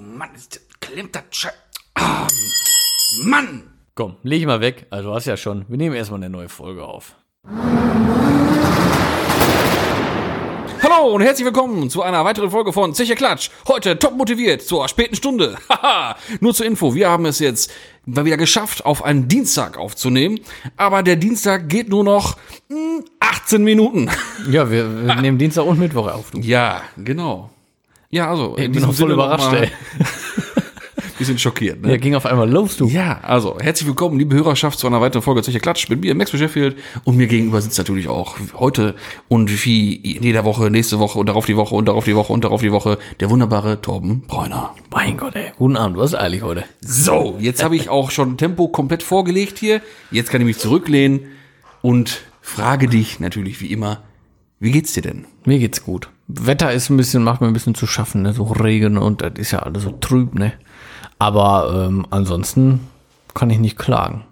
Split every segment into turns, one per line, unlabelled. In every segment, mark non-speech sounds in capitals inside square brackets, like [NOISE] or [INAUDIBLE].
Mann, ist das- klemmt das Scheiß. Ah, Mann!
Komm, leg ich mal weg. Also du hast ja schon. Wir nehmen erstmal eine neue Folge auf.
Hallo und herzlich willkommen zu einer weiteren Folge von Zeche Klatsch. Heute top motiviert zur späten Stunde. [LAUGHS] Haha, nur zur Info, wir haben es jetzt mal wieder geschafft, auf einen Dienstag aufzunehmen. Aber der Dienstag geht nur noch mm, 18 Minuten. [LAUGHS]
Ja, wir, [LAUGHS] wir nehmen Dienstag und Mittwoch auf. Du.
Ja, genau. Ja, also,
Ich bin noch voll
[LAUGHS]
überrascht, ey.
Wir sind schockiert, ne?
Der ging auf einmal los, du.
Ja, also herzlich willkommen, liebe Hörerschaft, zu einer weiteren Folge Zeche Klatsch mit mir, Max von Sheffield. Und mir gegenüber sitzt natürlich auch heute und wie in jeder Woche, nächste Woche und darauf die Woche und darauf die Woche und darauf die Woche der wunderbare Torben Bräuner.
Mein Gott, ey. Guten Abend, du hast eilig heute.
So, jetzt habe ich auch schon Tempo komplett vorgelegt hier. Jetzt kann ich mich zurücklehnen und frage dich natürlich wie immer, wie geht's dir denn?
Mir geht's gut. Wetter ist ein bisschen, macht mir ein bisschen zu schaffen, ne? So Regen und das ist ja alles so trüb, ne? Aber ähm, ansonsten kann ich nicht klagen.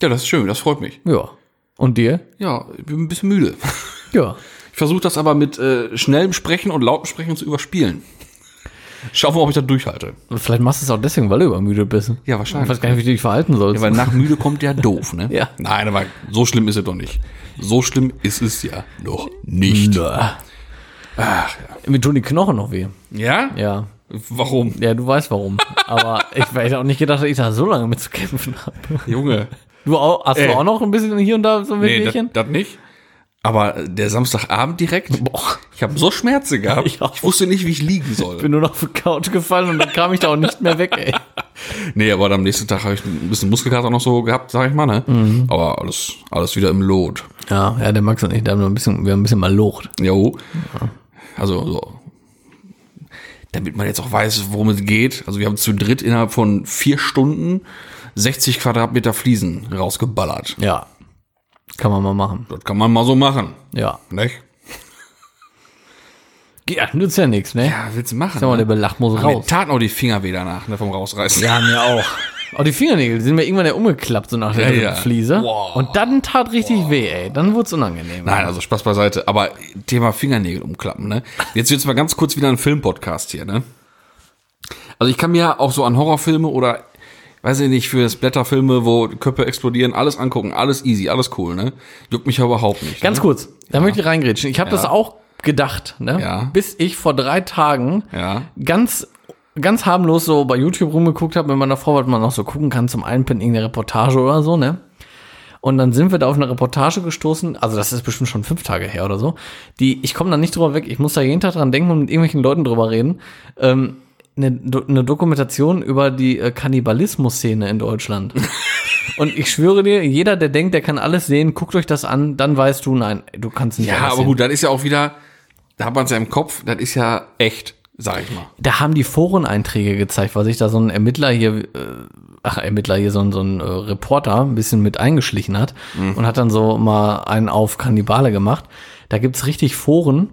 Ja, das ist schön, das freut mich.
Ja. Und dir?
Ja, ich bin ein bisschen müde.
Ja.
Ich versuche das aber mit äh, schnellem Sprechen und lautem Sprechen zu überspielen. Schauen wir, ob ich das durchhalte.
Und vielleicht machst du es auch deswegen, weil du übermüdet bist.
Ja, wahrscheinlich.
Ich weiß gar nicht, wie du dich verhalten sollst.
Ja, weil nach müde kommt ja doof, ne?
[LAUGHS] Ja.
Nein, aber so schlimm ist es doch nicht. So schlimm ist es ja noch nicht.
Ach,
Ach,
Mir tun die Knochen noch weh.
ja. ja?
Ja.
Warum?
Ja, du weißt [LAUGHS] warum. Aber ich hätte auch nicht gedacht, dass ich da so lange mit zu kämpfen habe.
Junge.
Du auch, hast
Ey.
du auch noch ein bisschen hier und da so ein
Nee, das
Wehwehchen?
das nicht. Aber äh, der Samstagabend direkt,
Boah,
ich habe so Schmerzen gehabt.
Ich auch.
wusste nicht, wie ich liegen soll.
bin nur noch auf die Couch gefallen und dann kam ich da auch nicht mehr weg, ey.
Nee, aber am nächsten Tag habe ich ein bisschen Muskelkater noch so gehabt, sag ich mal, ne?
Mhm.
Aber alles, alles wieder im Lot.
Ja, ja, der Max und ich, da haben wir ein bisschen, wir haben ein bisschen mal locht.
Jo. Also so. Damit man jetzt auch weiß, worum es geht. Also wir haben zu dritt innerhalb von vier Stunden 60 Quadratmeter Fliesen rausgeballert.
Ja. Kann man mal machen.
Das kann man mal so machen.
Ja.
Nicht?
Ja, nützt ja nichts, ne?
Ja, Ah, willst du machen?
Sag mal, der Belach muss
Mir
raus.
taten auch die Finger weh danach, ne, vom Rausreißen.
Ja, mir auch. Auch Oh, die Fingernägel die sind mir irgendwann ja umgeklappt, so nach der
Ja,
dritten
ja.
Fliese.
Wow.
Und dann tat richtig weh, ey. Dann wurde es unangenehm.
Nein, also Spaß beiseite. Aber Thema Fingernägel umklappen, ne? Jetzt wird's mal ganz kurz wieder ein Filmpodcast hier, ne? Also ich kann mir auch so an Horrorfilme oder, weiß ich nicht, für Splatterfilme, wo Köpfe explodieren, alles angucken, alles easy, alles cool, ne? Juckt mich ja überhaupt nicht. ne?
Ganz kurz, da möchte ich reingrätschen. Ich habe das auch gedacht, ne?
Ja.
bis ich vor drei Tagen
Ja.
ganz ganz harmlos so bei YouTube rumgeguckt habe mit meiner Frau, was man noch so gucken kann zum Einpinnen irgendeine Reportage oder so, ne? Und dann sind wir da auf eine Reportage gestoßen, also das ist bestimmt schon fünf Tage her oder so, die, ich komme da nicht drüber weg, ich muss da jeden Tag dran denken und mit irgendwelchen Leuten drüber reden, ähm, eine, Do eine Dokumentation über die äh, Kannibalismus-Szene
[LAUGHS]
in Deutschland. Und ich schwöre dir, jeder, der denkt, der kann alles sehen, guckt euch das an, dann weißt du, nein, du kannst nicht
Ja,
alles
aber
sehen.
gut, das ist ja auch wieder, da hat man's ja im Kopf, das ist ja echt, sag ich mal.
Da haben die Foreneinträge gezeigt, weil sich da so ein Ermittler hier, äh, ach Ermittler hier, so ein, so ein äh, Reporter ein bisschen mit eingeschlichen hat und hat dann so mal einen auf Kannibale gemacht. Da gibt's richtig Foren,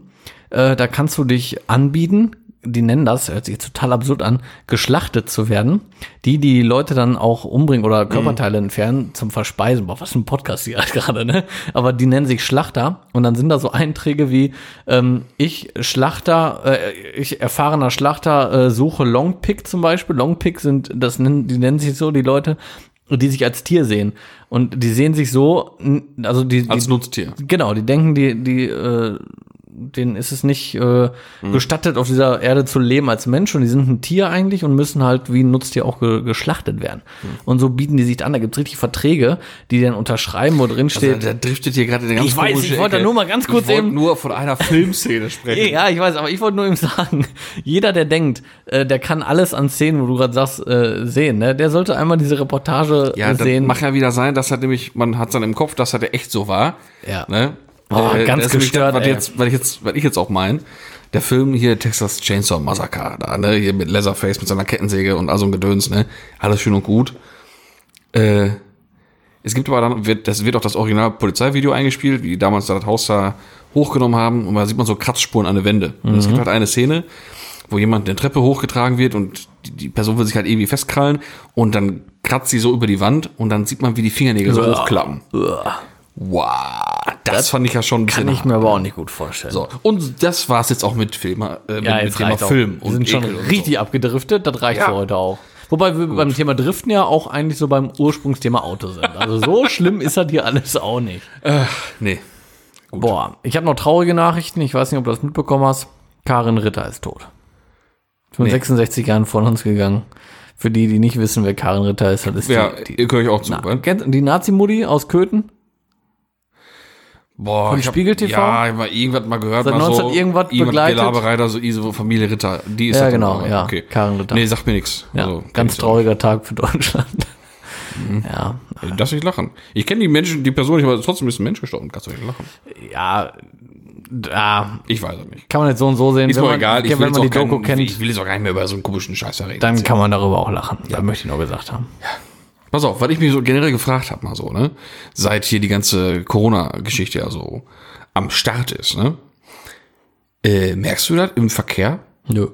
äh, da kannst du dich anbieten, die nennen das, hört sich total absurd an, geschlachtet zu werden, die die Leute dann auch umbringen oder Körperteile entfernen zum Verspeisen. Boah, was für ein Podcast hier [LAUGHS] gerade, ne? Aber die nennen sich Schlachter und dann sind da so Einträge wie ähm, ich Schlachter, äh, ich erfahrener Schlachter äh, suche Longpick zum Beispiel. Longpick sind, das nennen, die nennen sich so die Leute, die sich als Tier sehen. Und die sehen sich so, n- also die, die
Als Nutztier.
Genau, die denken, die, die, äh, denen ist es nicht äh,
Mhm.
gestattet, auf dieser Erde zu leben als Mensch und die sind ein Tier eigentlich und müssen halt wie ein Nutztier auch ge geschlachtet werden.
Mhm.
Und so bieten die sich an, da gibt's richtig Verträge, die die dann unterschreiben, wo
Da,
drin steht.
da driftet hier gerade eine ganz
Ich weiß, ich
komische
wollte
Ecke.
nur mal ganz kurz
ich wollte
eben-
nur von einer Filmszene [LAUGHS] sprechen.
ja, ich weiß, aber ich wollte nur ihm [LAUGHS] sagen, jeder, der denkt, äh, der kann alles an Szenen, wo du gerade sagst, äh, sehen, ne? der sollte einmal diese Reportage
Ja,
äh,
das
sehen.
mag ja wieder sein, dass halt nämlich, man hat dann im Kopf, dass halt echt so war.
Ja.
Ne?
Oh, ganz
das ist nämlich
gestört,
Das, was,
ey.
jetzt, was, ich jetzt, was ich jetzt auch meine, der Film hier Texas Chainsaw Massacre, da, ne? Hier mit Leatherface, mit seiner Kettensäge und all so ein Gedöns, ne? Alles schön und gut. Äh, es gibt aber dann, wird, das wird auch das Original Polizeivideo eingespielt, wie die damals da das Haus da hochgenommen haben und da sieht man so Kratzspuren an der Wände. Und
Mhm.
es gibt halt eine Szene, wo jemand eine Treppe hochgetragen wird und die, die Person will sich halt irgendwie festkrallen und dann kratzt sie so über die Wand und dann sieht man, wie die Fingernägel so hochklappen.
Uah.
Wow, das, fand ich ja schon ein bisschen.
Kann ich mir aber auch nicht gut vorstellen.
so. Und das war's jetzt auch mit Film, äh, mit, mit Thema
reicht auch.
Film
Wir sind schon
Ekel und
richtig abgedriftet, das reicht
Ja.
für heute auch. Wobei wir beim Thema Driften ja auch eigentlich so beim Ursprungsthema Auto sind.
[LAUGHS]
Also so schlimm ist das hier alles auch nicht.
So. Nee.
Boah, ich habe noch traurige Nachrichten. Ich weiß nicht, ob du das mitbekommen hast. Karin Ritter ist tot. Mit
Nee.
66 Jahren von uns gegangen. Für die, die nicht wissen, wer Karin Ritter ist, das ist
Ja,
die, die,
ihr gehöre ich auch zu.
Na,
ne?
kennt- die Nazi-Mutti aus Köthen.
Boah,
von
ich hab-
Spiegel TV?
Ja, ich hab mal irgendwas mal gehört.
Seit
mal
19 irgendwas begleitet?
Gelaberei da so Iso, Familie Ritter. Die ist
Ja,
das dann
genau,
aber.
ja.
Okay.
Karin Ritter.
Nee, sagt mir Also, nichts.
Ja, ganz trauriger Tag für Deutschland.
Mhm.
Ja,
Lass ich lachen. Ich kenne die Menschen, die Person, nicht, aber trotzdem ist ein Mensch gestorben. Kannst du nicht lachen.
ja, da
Ich weiß es nicht.
kann man jetzt so und so sehen.
Ist
wenn
mir
man,
egal. Ich
Wenn
will,
man
jetzt
die
auch
Doku
keinen,
kennt,
ich will jetzt auch gar nicht mehr über so einen komischen Scheiß da reden.
dann kann man darüber auch lachen. Da möchte ich nur gesagt haben.
Pass auf, was ich mich so generell gefragt habe, mal so, ne? Seit hier die ganze Corona-Geschichte ja so am Start ist, ne? Äh, merkst du das im Verkehr?
Nö.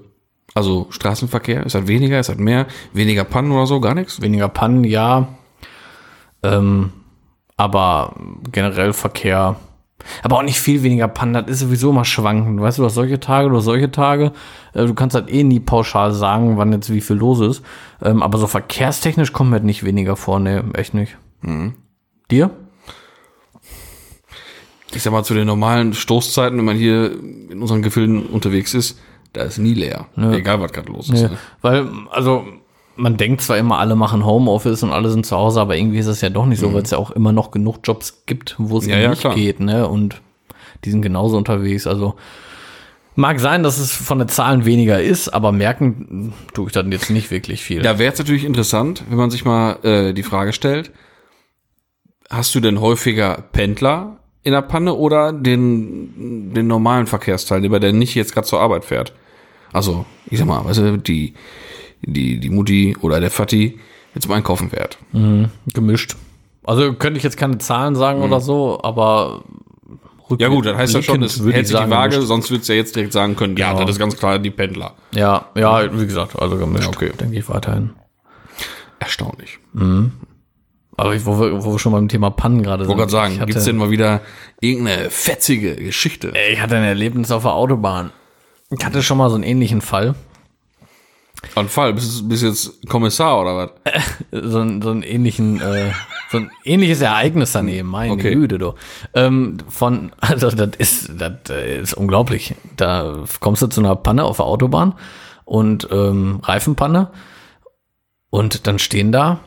Also Straßenverkehr? Ist das weniger? Ist das mehr? Weniger Pannen oder so? Gar nichts?
Weniger Pannen, ja. Ähm, aber generell Verkehr. Aber auch nicht viel weniger Pannen. Das ist sowieso immer schwankend. Weißt du, du hast solche Tage, du hast solche Tage. Äh, Du kannst halt eh nie pauschal sagen, wann jetzt wie viel los ist. Ähm, aber so verkehrstechnisch kommt mir halt nicht weniger vor. Nee, echt nicht.
Mhm.
Dir?
Ich sag mal, zu den normalen Stoßzeiten, wenn man hier in unseren Gefilden unterwegs ist, da ist nie leer. Egal, was gerade los ist.
Ja,
Ne?
weil, also, man denkt zwar immer, alle machen Homeoffice und alle sind zu Hause, aber irgendwie ist das ja doch nicht so, weil es ja auch immer noch genug Jobs gibt, wo es
Mhm. Ja,
eben
ja,
nicht
klar.
geht, ne? Und die sind genauso unterwegs. Also mag sein, dass es von den Zahlen weniger ist, aber merken mh, tue ich dann jetzt nicht wirklich viel.
Da wäre es natürlich interessant, wenn man sich mal äh, die Frage stellt, hast du denn häufiger Pendler in der Panne oder den, den normalen Verkehrsteilnehmer, der nicht jetzt gerade zur Arbeit fährt? Also, ich sag mal, weißt du, die, die, die Mutti oder der Vati, der zum Einkaufen fährt.
Gemischt. Also könnte ich jetzt keine Zahlen sagen oder so, aber
Mhm. Ja gut, dann heißt das schon, es
rückblickend würde
hält
ich
sich die
sagen,
Waage,
gemischt.
sonst würdest du ja jetzt direkt sagen können, ja,
Genau.
das ist ganz klar die Pendler.
Ja, ja, wie gesagt, also gemischt.
Ja, okay.
Denke ich weiterhin.
Erstaunlich.
Aber ich, wo, wir, wo wir schon beim Thema Pannen gerade sind.
Ich wollte gerade
ich
sagen,
hatte-
gibt's denn mal wieder irgendeine fetzige Geschichte?
Ey, Ich hatte ein Erlebnis auf der Autobahn. Ich hatte schon mal so einen ähnlichen Fall.
An Fall, bist du bist du jetzt Kommissar oder was?
So, einen- so einen ähnlichen, äh, so ein ähnliches Ereignis daneben, meine
Okay.
Güte, du. Ähm, von, also das ist, das äh, ist unglaublich. Da kommst du zu einer Panne auf der Autobahn und ähm, Reifenpanne und dann stehen da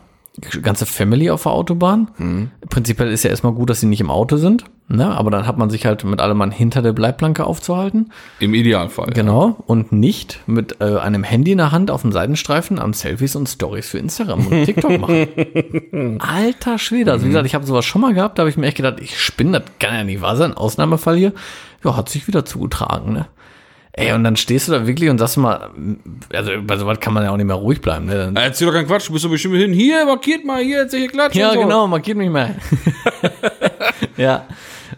ganze Family auf der Autobahn. Prinzipiell ist ja erstmal gut, dass sie nicht im Auto sind, ne? aber dann hat man sich halt mit allem Mann hinter der Bleibplanke aufzuhalten.
Im Idealfall.
Genau, und nicht mit äh, einem Handy in der Hand auf dem Seitenstreifen am Selfies und Stories für Instagram und TikTok machen. Alter Schwede, also wie gesagt, ich habe sowas schon mal gehabt, da habe ich mir echt gedacht, ich spinne, das kann ja nicht wahr sein, Ausnahmefall hier. Ja, hat sich wieder zugetragen, ne? Ey, und dann stehst du da wirklich und sagst mal, also bei sowas kann man ja auch nicht mehr ruhig bleiben, ne? Dann,
Erzähl doch keinen Quatsch, du bist doch bestimmt hin. Hier, markiert mal, hier, jetzt hier klatschen.
ja,
und so.
genau, markiert mich mal. [LAUGHS] ja.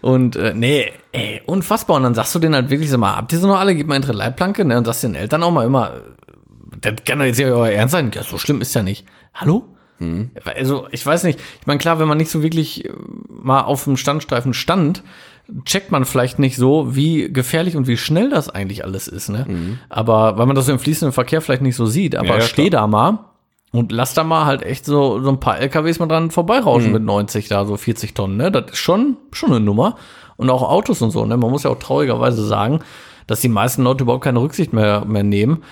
Und äh, nee, ey, unfassbar. Und dann sagst du denen halt wirklich so mal, habt ihr so noch alle, gebt mal hinter die Leitplanke, ne? Und sagst den Eltern auch mal immer, äh, das kann doch jetzt ja euer Ernst sein. Ja, so schlimm ist ja nicht. Hallo?
Mhm.
Also, ich weiß nicht. Ich meine, klar, wenn man nicht so wirklich äh, mal auf dem Standstreifen stand, checkt man vielleicht nicht so, wie gefährlich und wie schnell das eigentlich alles ist, ne? Aber weil man das so im fließenden Verkehr vielleicht nicht so sieht, aber
Mhm. Ja, ja,
steh da mal und lass da mal halt echt so, so ein paar LKWs mal dran vorbeirauschen mit 90 da, so 40 Tonnen, ne? Das ist schon, schon eine Nummer. Und auch Autos und so, ne? Man muss ja auch traurigerweise sagen, dass die meisten Leute überhaupt keine Rücksicht mehr, mehr nehmen.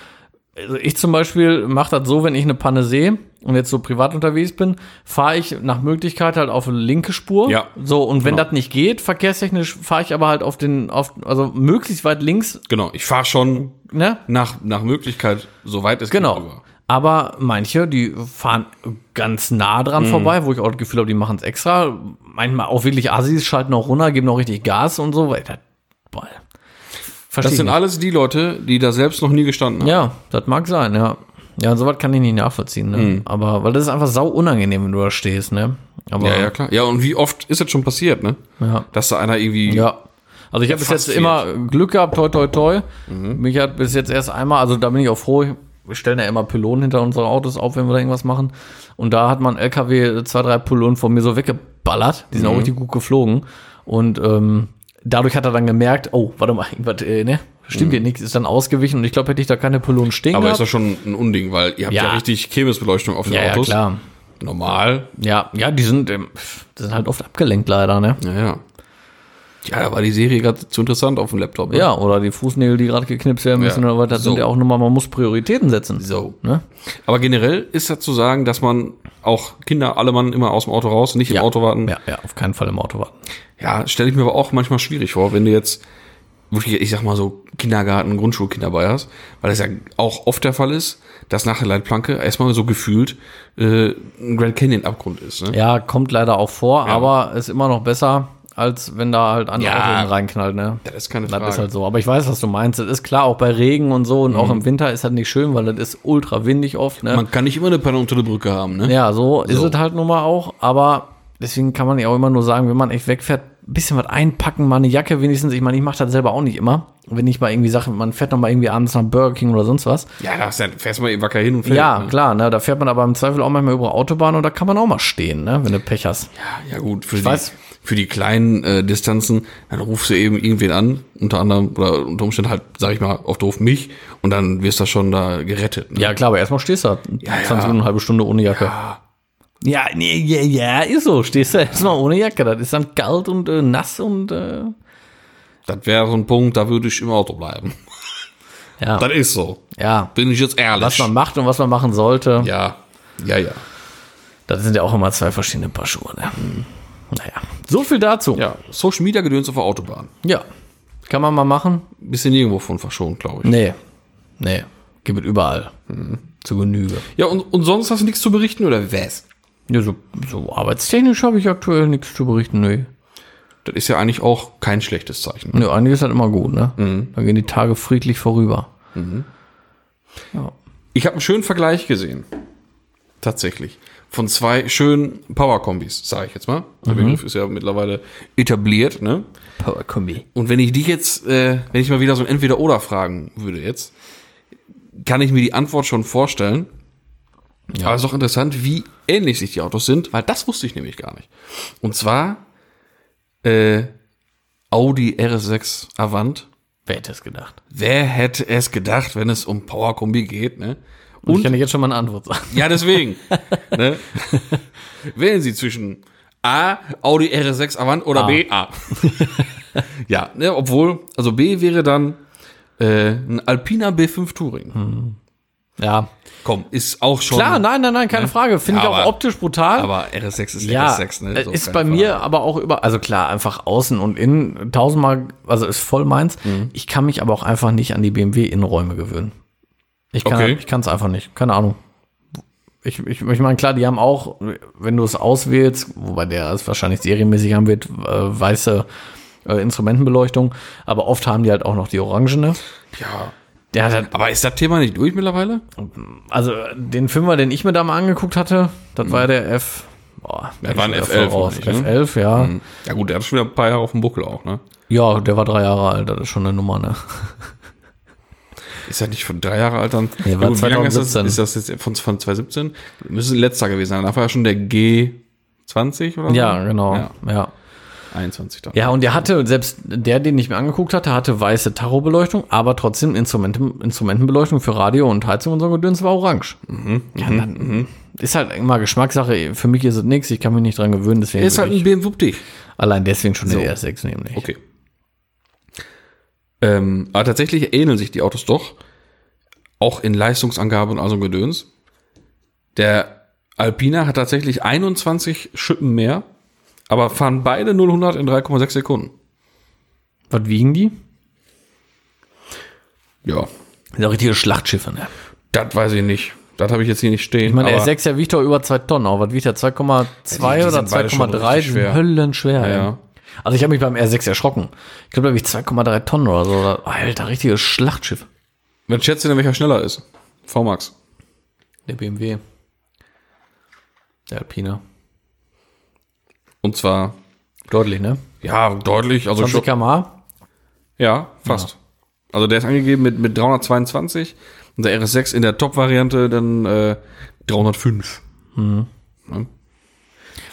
Also ich zum Beispiel mache das so, wenn ich eine Panne sehe und jetzt so privat unterwegs bin, fahre ich nach Möglichkeit halt auf eine linke Spur.
Ja.
So, und wenn das nicht geht, verkehrstechnisch fahre ich aber halt auf den, auf, also möglichst weit links,
Genau, ich fahre schon
ne?
nach, nach Möglichkeit, soweit es geht.
Genau.
rüber.
Aber manche, die fahren ganz nah dran
Mhm.
vorbei, wo ich auch das Gefühl habe, die machen es extra. Manchmal auch wirklich Assis schalten auch runter, geben noch richtig Gas und so weiter. Boah. Versteh
Das
ich
sind
nicht.
alles die Leute, die da selbst noch nie gestanden haben.
Ja, das mag sein, ja. Ja, und sowas kann ich nicht nachvollziehen, ne?
Mhm.
Aber, weil das ist einfach sau unangenehm, wenn du da stehst, ne? Aber,
Ja, ja, klar. Ja, und wie oft ist das schon passiert, ne?
Ja.
Dass da einer irgendwie.
Ja. Also ich habe bis jetzt
Erfasst
immer Glück gehabt, toi toi toi.
Mhm.
Mich hat bis jetzt erst einmal, also da bin ich auch froh, wir stellen ja immer Pylonen hinter unsere Autos auf, wenn wir da irgendwas machen.
Mhm.
Und da hat man LKW zwei, drei Pylonen von mir so weggeballert. Die sind auch richtig gut geflogen. Und ähm, dadurch hat er dann gemerkt, oh, warte mal, irgendwas, äh, ne? Stimmt hier nichts, ist dann ausgewichen und ich glaube, hätte ich da keine Pylonen stehen
Mhm. Aber ist
gehabt.
doch schon ein Unding, weil ihr habt ja,
Ja.
richtig Chemisbeleuchtung auf den
ja, ja,
Autos.
klar.
Normal.
Ja, ja, die sind, ähm, pff, die sind halt oft abgelenkt leider, ne?
Ja, ja. Ja, da war die Serie gerade zu interessant auf dem Laptop. ne?
Ja, oder die Fußnägel, die gerade geknipst werden müssen
Ja,
oder was, das
so.
sind ja auch nochmal, man muss Prioritäten setzen.
So.
Ne?
Aber generell ist ja zu sagen, dass man auch Kinder, alle Mann immer aus dem Auto raus, nicht im Auto warten.
Ja, ja, auf keinen Fall im Auto warten.
Ja, stelle ich mir aber auch manchmal schwierig vor, wenn du jetzt wirklich, ich sag mal so, Kindergarten, Grundschulkinder bei hast, weil das ja auch oft der Fall ist, dass nach der Leitplanke erstmal so gefühlt äh, ein Grand Canyon-Abgrund ist. Ne?
Ja, kommt leider auch vor, aber ist immer noch besser, als wenn da halt andere
Ja.
Autos reinknallt, ne?
Das ist keine
Das
Frage.
ist halt so. Aber ich weiß, was du meinst. Das ist klar, auch bei Regen und so und auch im Winter ist das nicht schön, weil das ist ultra windig oft, ne?
Man kann nicht immer eine Panne unter der Brücke haben, ne?
Ja, so,
So.
ist es halt nun mal auch, aber deswegen kann man ja auch immer nur sagen, wenn man echt wegfährt, ein bisschen was einpacken, mal eine Jacke wenigstens. Ich meine, ich mache das selber auch nicht immer. Wenn ich mal irgendwie sage, man fährt noch mal irgendwie abends nach Burger King oder sonst was.
Ja, da ist- da fährst du mal eben wacker hin und fährst.
Ja,
ne?
klar, ne, da fährt man aber im Zweifel auch manchmal über Autobahn und da kann man auch mal stehen, ne, wenn du Pech hast.
Ja, gut, für, die,
weiß-
für die kleinen äh, Distanzen, dann rufst du eben irgendwen an, unter anderem oder unter Umständen halt, sag ich mal, auf doof mich und dann wirst du schon da gerettet. Ne?
Ja, klar, aber erstmal stehst du da 20
ja.
Minuten, eine halbe Stunde ohne Jacke.
Ja.
Ja, nee, ja, ja, ist so. Stehst du erstmal ohne Jacke, das ist dann kalt und äh, nass und äh,
Das wäre so ein Punkt, da würde ich im Auto bleiben.
ja.
Das ist so.
ja.
Bin ich jetzt ehrlich.
Was man macht und was man machen sollte,
ja, ja, ja.
das sind ja auch immer zwei verschiedene Paar Schuhe. Ne? Naja, so viel dazu.
Ja, Social Media Gedöns auf der Autobahn.
Ja. Kann man mal machen?
Bisschen irgendwo von verschont, glaube ich.
Nee. Nee. Gibt es überall. Zu Genüge.
Ja, und, und sonst hast du nichts zu berichten oder was?
Ja, so, so arbeitstechnisch habe ich aktuell nichts zu berichten, nee.
Das ist ja eigentlich auch kein schlechtes Zeichen.
Nö, eigentlich ist halt immer gut, ne? Da gehen die Tage friedlich vorüber. Mhm. Ja.
Ich habe einen schönen Vergleich gesehen. Tatsächlich. Von zwei schönen Power-Kombis, sage ich jetzt mal. Der Begriff ist ja mittlerweile etabliert, ne?
Power Kombi.
Und wenn ich dich jetzt, äh, wenn ich mal wieder so ein Entweder-Oder fragen würde jetzt, kann ich mir die Antwort schon vorstellen. Aber es ist doch interessant, wie ähnlich sich die Autos sind, weil das wusste ich nämlich gar nicht. Und zwar äh, Audi RS6 Avant.
Wer hätte es gedacht?
Wer hätte es gedacht, wenn es um Power-Kombi geht, ne?
Und ich kann dir jetzt schon mal eine Antwort sagen.
Ja, deswegen. ne? Wählen Sie zwischen A, Audi RS6 Avant oder B, A. ja, ne, obwohl, also B wäre dann äh, ein Alpina B5 Touring.
Ja.
Komm, ist auch schon.
Hm. Klar, ne? nein, nein, nein, keine Frage. Finde ich
aber-
auch optisch brutal.
Aber RS6 ist
ja,
RS6, ne?
äh,
So
ist
keine
bei
Frage.
mir aber auch über, also klar, einfach außen und innen tausendmal, also ist voll meins.
Mhm.
Ich kann mich aber auch einfach nicht an die BMW Innenräume gewöhnen. Ich kann
Okay.
ich kann es einfach nicht. Keine Ahnung. Ich, ich, ich meine, klar, die haben auch, wenn du es auswählst, wobei der es wahrscheinlich serienmäßig haben wird, äh, weiße äh, Instrumentenbeleuchtung, aber oft haben die halt auch noch die orangene.
Ja.
Der hat halt
Aber ist das Thema nicht durch mittlerweile?
Also den Fünfer, den ich mir da mal angeguckt hatte, das war der F. Boah,
Ja, Mhm. war ein
ich
F11
voraus.
meine ich, ne?
F11, ja.
Ja, gut, der hat schon wieder ein paar Jahre auf dem Buckel auch, ne?
Ja, der war drei Jahre alt, das ist schon eine Nummer, ne?
Ist ja nicht von drei Jahre alt dann?
Nee,
Ja,
war
gut, wie lange ist das,
2017.
ist das jetzt von, von 2017? Müsste ein letzter gewesen sein. Da war ja schon der G20 oder so?
[LAUGHS] Ja, genau.
Ja.
Ja. ja.
21 dann.
und der hatte, selbst der, den ich mir angeguckt hatte, hatte weiße Tarotbeleuchtung, aber trotzdem Instrumenten, Instrumentenbeleuchtung für Radio und Heizung und so ein Gedöns war orange. Ja, dann, Ist halt immer Geschmackssache, für mich ist es nichts, ich kann mich nicht dran gewöhnen, deswegen
Ist halt
würde
ein
ich
BMW dich.
allein deswegen schon den RS6 nehmen. nicht.
Okay. Ähm, aber tatsächlich ähneln sich die Autos doch. Auch in Leistungsangabe und also Gedöns. Der Alpina hat tatsächlich 21 Schippen mehr, aber fahren beide 0-100 in 3,6 Sekunden.
Was wiegen die?
Ja,
Sind auch richtige Schlachtschiffe, ne?
das weiß ich nicht. Das habe ich jetzt hier nicht stehen.
Ich meine,
aber-
R6 ja wiegt doch über 2 Tonnen. Aber was wiegt er? 2,2
die
oder
sind beide schon
2,3?
richtig
Die
schwer.
sind höllenschwer. ey.
ja.
Also ich habe mich beim R6 erschrocken. Ich glaube, da wiegt 2,3 Tonnen oder so. Oder- Alter, richtiges Schlachtschiff.
Wenn schätzt ihr denn, welcher schneller ist? VMAX.
Der BMW. Der Alpina.
Und zwar,
Deutlich, ne?
ja, deutlich, also
20 km/h.
Ja, fast. Also der ist angegeben mit, mit 322 und der RS6 in der Top-Variante dann äh, 305.
Oh,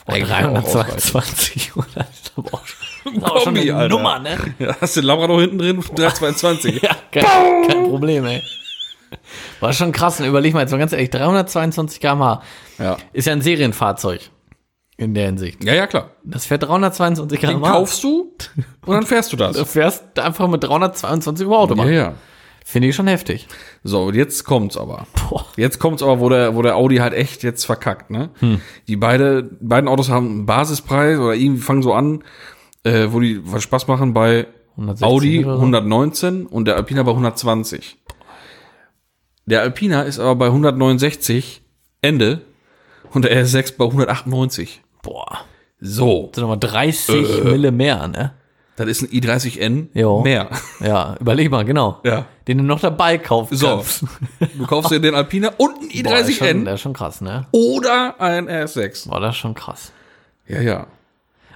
Eigentlich auch ausreichend.
322 [LAUGHS] oder das ist aber auch schon, auch schon
Kombi,
eine
Alter.
Nummer, ne?
[LAUGHS] Ja, hast du den Labrador hinten [LAUGHS] drin? 322.
Ja, kein, kein Problem, ey. War schon krass. Ne? Überleg mal jetzt mal ganz ehrlich, 322 km/h
ja.
ist ja ein Serienfahrzeug in der Hinsicht.
ja, ja, klar.
Das fährt 322
Den
km/h.
kaufst du und dann fährst du
Du
das.
fährst einfach mit 322 über Autobahn.
ja.
Finde ich schon heftig.
So, und jetzt kommt's aber.
Boah.
Jetzt kommt's aber, wo der, wo der Audi halt echt jetzt verkackt, ne?
Hm.
Die beide, beiden Autos haben einen Basispreis oder irgendwie fangen so an, äh, wo die was Spaß machen bei
116
Audi
oder so.
119 und der Alpina bei 120. Der Alpina ist aber bei 169 Ende und der R6 bei 198.
Boah.
So,
Das sind nochmal 30 Mille mehr, ne?
das ist ein i30N
Jo.
mehr.
Ja, überleg mal, genau.
Ja.
Den du noch dabei kaufen
So.
[LAUGHS] kannst.
Du kaufst dir den Alpina und ein
Boah, ist schon,
i30N
das ist schon krass, ne?
oder ein R6.
War das ist schon krass.
Ja, ja.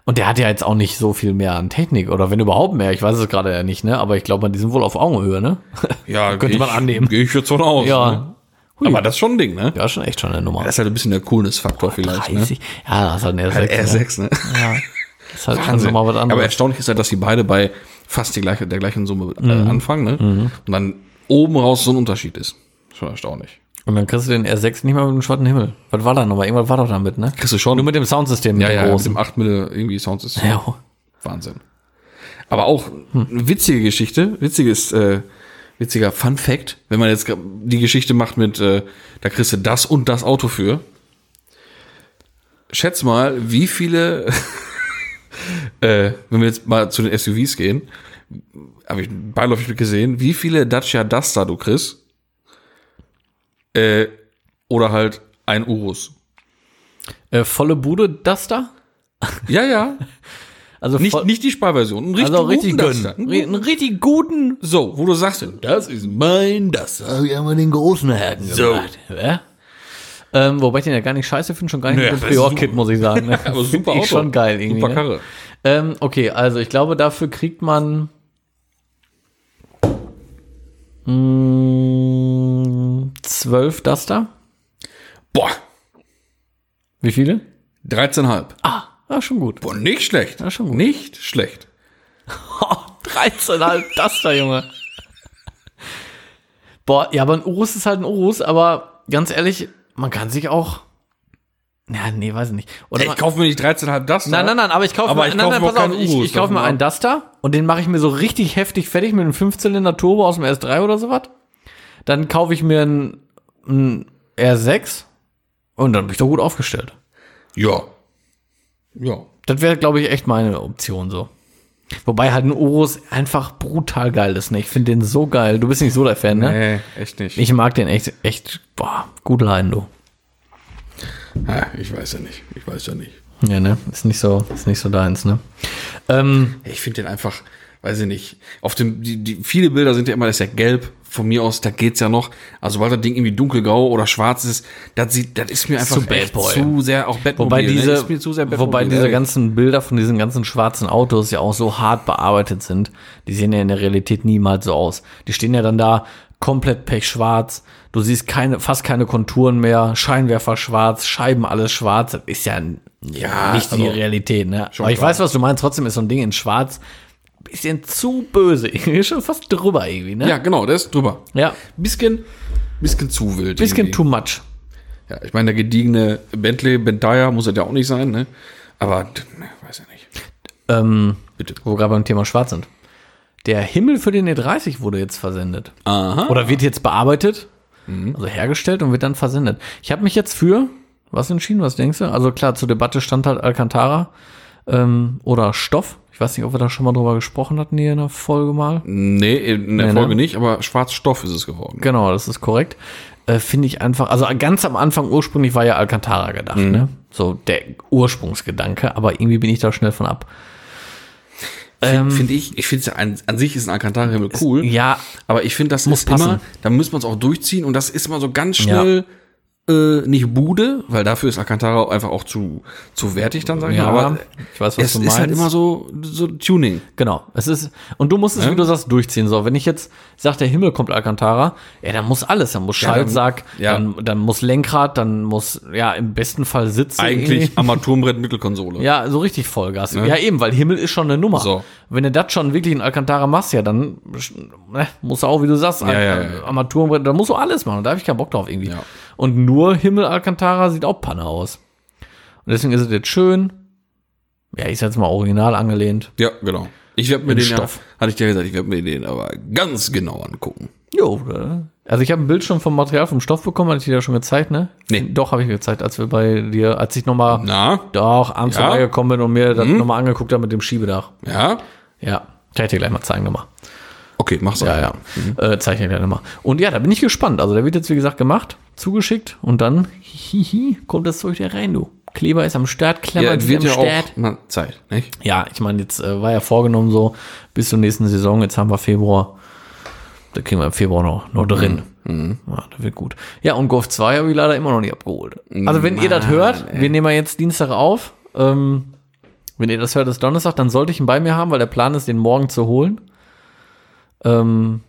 Und der hat ja jetzt auch nicht so viel mehr an Technik oder wenn überhaupt mehr. Ich weiß es gerade ja nicht, ne? Aber ich glaube, die sind wohl auf Augenhöhe, ne? [LAUGHS]
Ja,
Könnte
geh
man
ich-
annehmen.
Gehe ich jetzt von aus. Ne?
Ja. Hui.
Aber das ist schon ein Ding, ne?
ja, schon echt schon eine Nummer.
Das ist halt ein bisschen der Coolness-Faktor vielleicht, ne?
30. Ja, das ist halt ein R6. ne?
R6, ne?
Ja. Das ist halt schon mal was
Aber
anderes.
erstaunlich ist halt, dass die beide bei fast die gleiche, der gleichen Summe äh,
Mhm.
anfangen, ne? Und dann oben raus so ein Unterschied ist. Schon erstaunlich.
Und dann kriegst du den R6 nicht mal mit dem schwarzen Himmel. Was war da nochmal? Irgendwas war doch damit, ne?
Kriegst du schon.
Nur mit dem Soundsystem. mit
ja,
dem
ja, mit
großen.
dem 8 Mille irgendwie Sounds
[LAUGHS]
ist
Ja.
Wahnsinn. Aber auch eine witzige Geschichte, witziges, äh, witziger Fun Fact, wenn man jetzt die Geschichte macht mit, äh, da kriegst du das und das Auto für. Schätz mal, wie viele, [LAUGHS] äh, wenn wir jetzt mal zu den SUVs gehen, habe ich beiläufig mit gesehen, wie viele Dacia Duster du kriegst. Äh, oder halt ein Urus.
Äh, volle Bude, das da?
Ja, ja.
Also
Nicht,
voll-
nicht die Sparversion. Einen
also richtig
guten
gönnen.
Duster. Einen
Ri- Einen richtig guten.
So, wo du sagst, das ist mein, das ist
Hab ich einmal den großen Haken
gemacht,
Ja? Ähm, wobei ich den ja gar nicht scheiße finde, schon gar nicht
Nö,
mit dem
das ist
Prior-Kit,
super.
muss ich sagen. Ne?
[LAUGHS] aber super
Find ich
Auto.
schon geil irgendwie.
Super
ne?
Karre.
Ähm, okay, also ich glaube, dafür kriegt man mm, zwölf Duster.
Boah,
Wie viele?
13,5.
Ah, ja, schon gut.
Boah, nicht schlecht.
Ja, schon gut.
Nicht schlecht.
Oh, 13,5 Duster, Junge. Boah, ja, aber ein Urus ist halt ein Urus, aber ganz ehrlich, man kann sich auch. Ja, nee, weiß ich nicht. Oder
Ich
man,
kaufe mir nicht 13,5 das. ne?
nein, nein, nein, aber ich kaufe
Aber
mir,
ich
nein,
kauf
nein,
mir
pass
auch keinen
auf, ich,
Urus,
ich kaufe mir
davon
einen Duster und den mache ich mir so richtig heftig fertig mit einem 5-Zylinder Turbo aus dem S3 oder sowas. Dann kaufe ich mir einen, einen R6 und dann bin ich doch gut aufgestellt.
Ja. Ja.
Das wäre, glaube ich, echt meine Option so. Wobei halt ein Urus einfach brutal geil ist. Ne? Ich finde den so geil. Du bist nicht so der Fan, ne?
Nee, echt nicht.
Ich mag den echt, echt, boah, gut leiden, du.
Ah, ich weiß ja nicht. Ich weiß ja nicht.
Ja, ne? Ist nicht so, ist nicht so deins, ne? Ähm,
Ich finde den einfach, weiß ich nicht. Auf dem, die, die, viele Bilder sind ja immer, das ist ja gelb. Von mir aus, da geht's ja noch. Also, sobald das Ding irgendwie dunkelgrau oder schwarz ist, das sieht, das ist mir einfach
zu Bad
echt
Boy.
zu sehr auch Batmobil.
wobei
ne?
diese,
ist mir zu sehr
wobei
Batmobil,
diese
ehrlich.
ganzen Bilder von diesen ganzen schwarzen Autos ja auch so hart bearbeitet sind. Die sehen ja in der Realität niemals so aus. Die stehen ja dann da komplett pechschwarz. Du siehst keine, fast keine Konturen mehr. Scheinwerfer schwarz, Scheiben alles schwarz. Das ist ja,
Ja,
nicht die
also-
Realität, ne?
Schon
Aber ich
klar.
weiß, was du meinst. Trotzdem ist so ein Ding in schwarz ein bisschen zu böse. [LAUGHS] Irgendwie schon fast drüber irgendwie, ne?
Ja, genau, der ist drüber.
Ja.
Bisschen, bisschen zu wild.
Bisschen
irgendwie.
too much.
Ja, ich meine, der gediegene Bentley, Bentaya muss er ja auch nicht sein, ne? Aber, ne, weiß ich nicht.
Ähm,
Bitte.
wo wir gerade beim Thema schwarz sind. Der Himmel für den E30 wurde jetzt versendet.
Aha. Mhm.
Oder wird jetzt bearbeitet, also hergestellt und wird dann versendet. Ich habe mich jetzt für was entschieden, was denkst du? Also klar, zur Debatte stand halt Alcantara ähm, oder Stoff. Ich weiß nicht, ob wir da schon mal drüber gesprochen hatten hier in der Folge mal.
Nee, in der
Nee, ne?
Folge nicht, aber Schwarzstoff ist es geworden.
Genau, das ist korrekt. Äh, Finde ich einfach, also ganz am Anfang ursprünglich war ja Alcantara gedacht,
Mhm.
ne? So der Ursprungsgedanke, aber irgendwie bin ich da schnell von ab.
finde ich, ich finde es ja an, an sich ist ein Alcantara-Himmel cool.
Ähm, Ja,
Aber ich finde, das muss
passen.
immer, da muss man es auch durchziehen und das ist immer so ganz schnell, äh, nicht Bude, weil dafür ist Alcantara einfach auch zu, zu wertig dann, sag ich
Ja,
mal. Aber
ich weiß, was
es
du
ist halt
meinst.
immer so, so Tuning.
Genau. Es ist, und du musst es, wie du sagst, durchziehen. So, wenn ich jetzt sage, der Himmel kommt Alcantara, ja, dann muss alles. Dann muss
dann-
Schaltsack,
ja.
dann, dann muss Lenkrad, dann muss, ja, im besten Fall Sitze.
Eigentlich
irgendwie.
Armaturenbrett, Mittelkonsole.
Ja, so richtig Vollgas. Ja, eben, weil Himmel ist schon eine Nummer.
Ne? So.
Wenn du das schon wirklich in Alcantara machst, ja, dann ne, musst du auch, wie du sagst,
Ja, ja, ja.
Armaturenbrett, da musst du alles machen. Da habe ich keinen Bock drauf irgendwie.
Ja.
Und nur Himmel Alcantara sieht auch Panne aus. Und deswegen ist es jetzt schön. Ja, ich sag jetzt mal original angelehnt.
Ja, genau. Ich werde mir den
Stoff.
ja, hatte ich dir gesagt, ich werde mir den aber ganz genau angucken.
Jo, oder? Also ich habe ein Bild schon vom Material, vom Stoff bekommen, hatte ich dir ja schon gezeigt, ne?
Nee.
Doch, habe ich gezeigt, als wir bei dir, als ich nochmal
Na,
doch abends
Ja? Mhm.
vorbeigekommen bin und mir das nochmal angeguckt habe mit dem Schiebedach.
ja?
Ja, kann ich dir gleich mal zeigen nochmal.
Okay, mach's
Ja, ja.
Mhm.
Äh, zeichne ich dann immer. Und ja, da bin ich gespannt. Also, der wird jetzt, wie gesagt, gemacht, zugeschickt und dann hihihi, kommt das Zeug da rein, du. Kleber ist am Start,
Ja,
Klemmer
es
ist
wird
am
ja auch
Start.
na, Zeit, nicht?
Ja, ich meine, jetzt äh, war ja vorgenommen so, bis zur nächsten Saison, jetzt haben wir Februar. Da kriegen wir im Februar noch, noch drin. Ja, das wird gut. Ja, und Golf 2 habe ich leider immer noch nicht abgeholt. Also, wenn ihr das hört, wir nehmen ja jetzt Dienstag auf. Ähm, wenn ihr das hört, ist Donnerstag, dann sollte ich ihn bei mir haben, weil der Plan ist, den morgen zu holen. Ähm,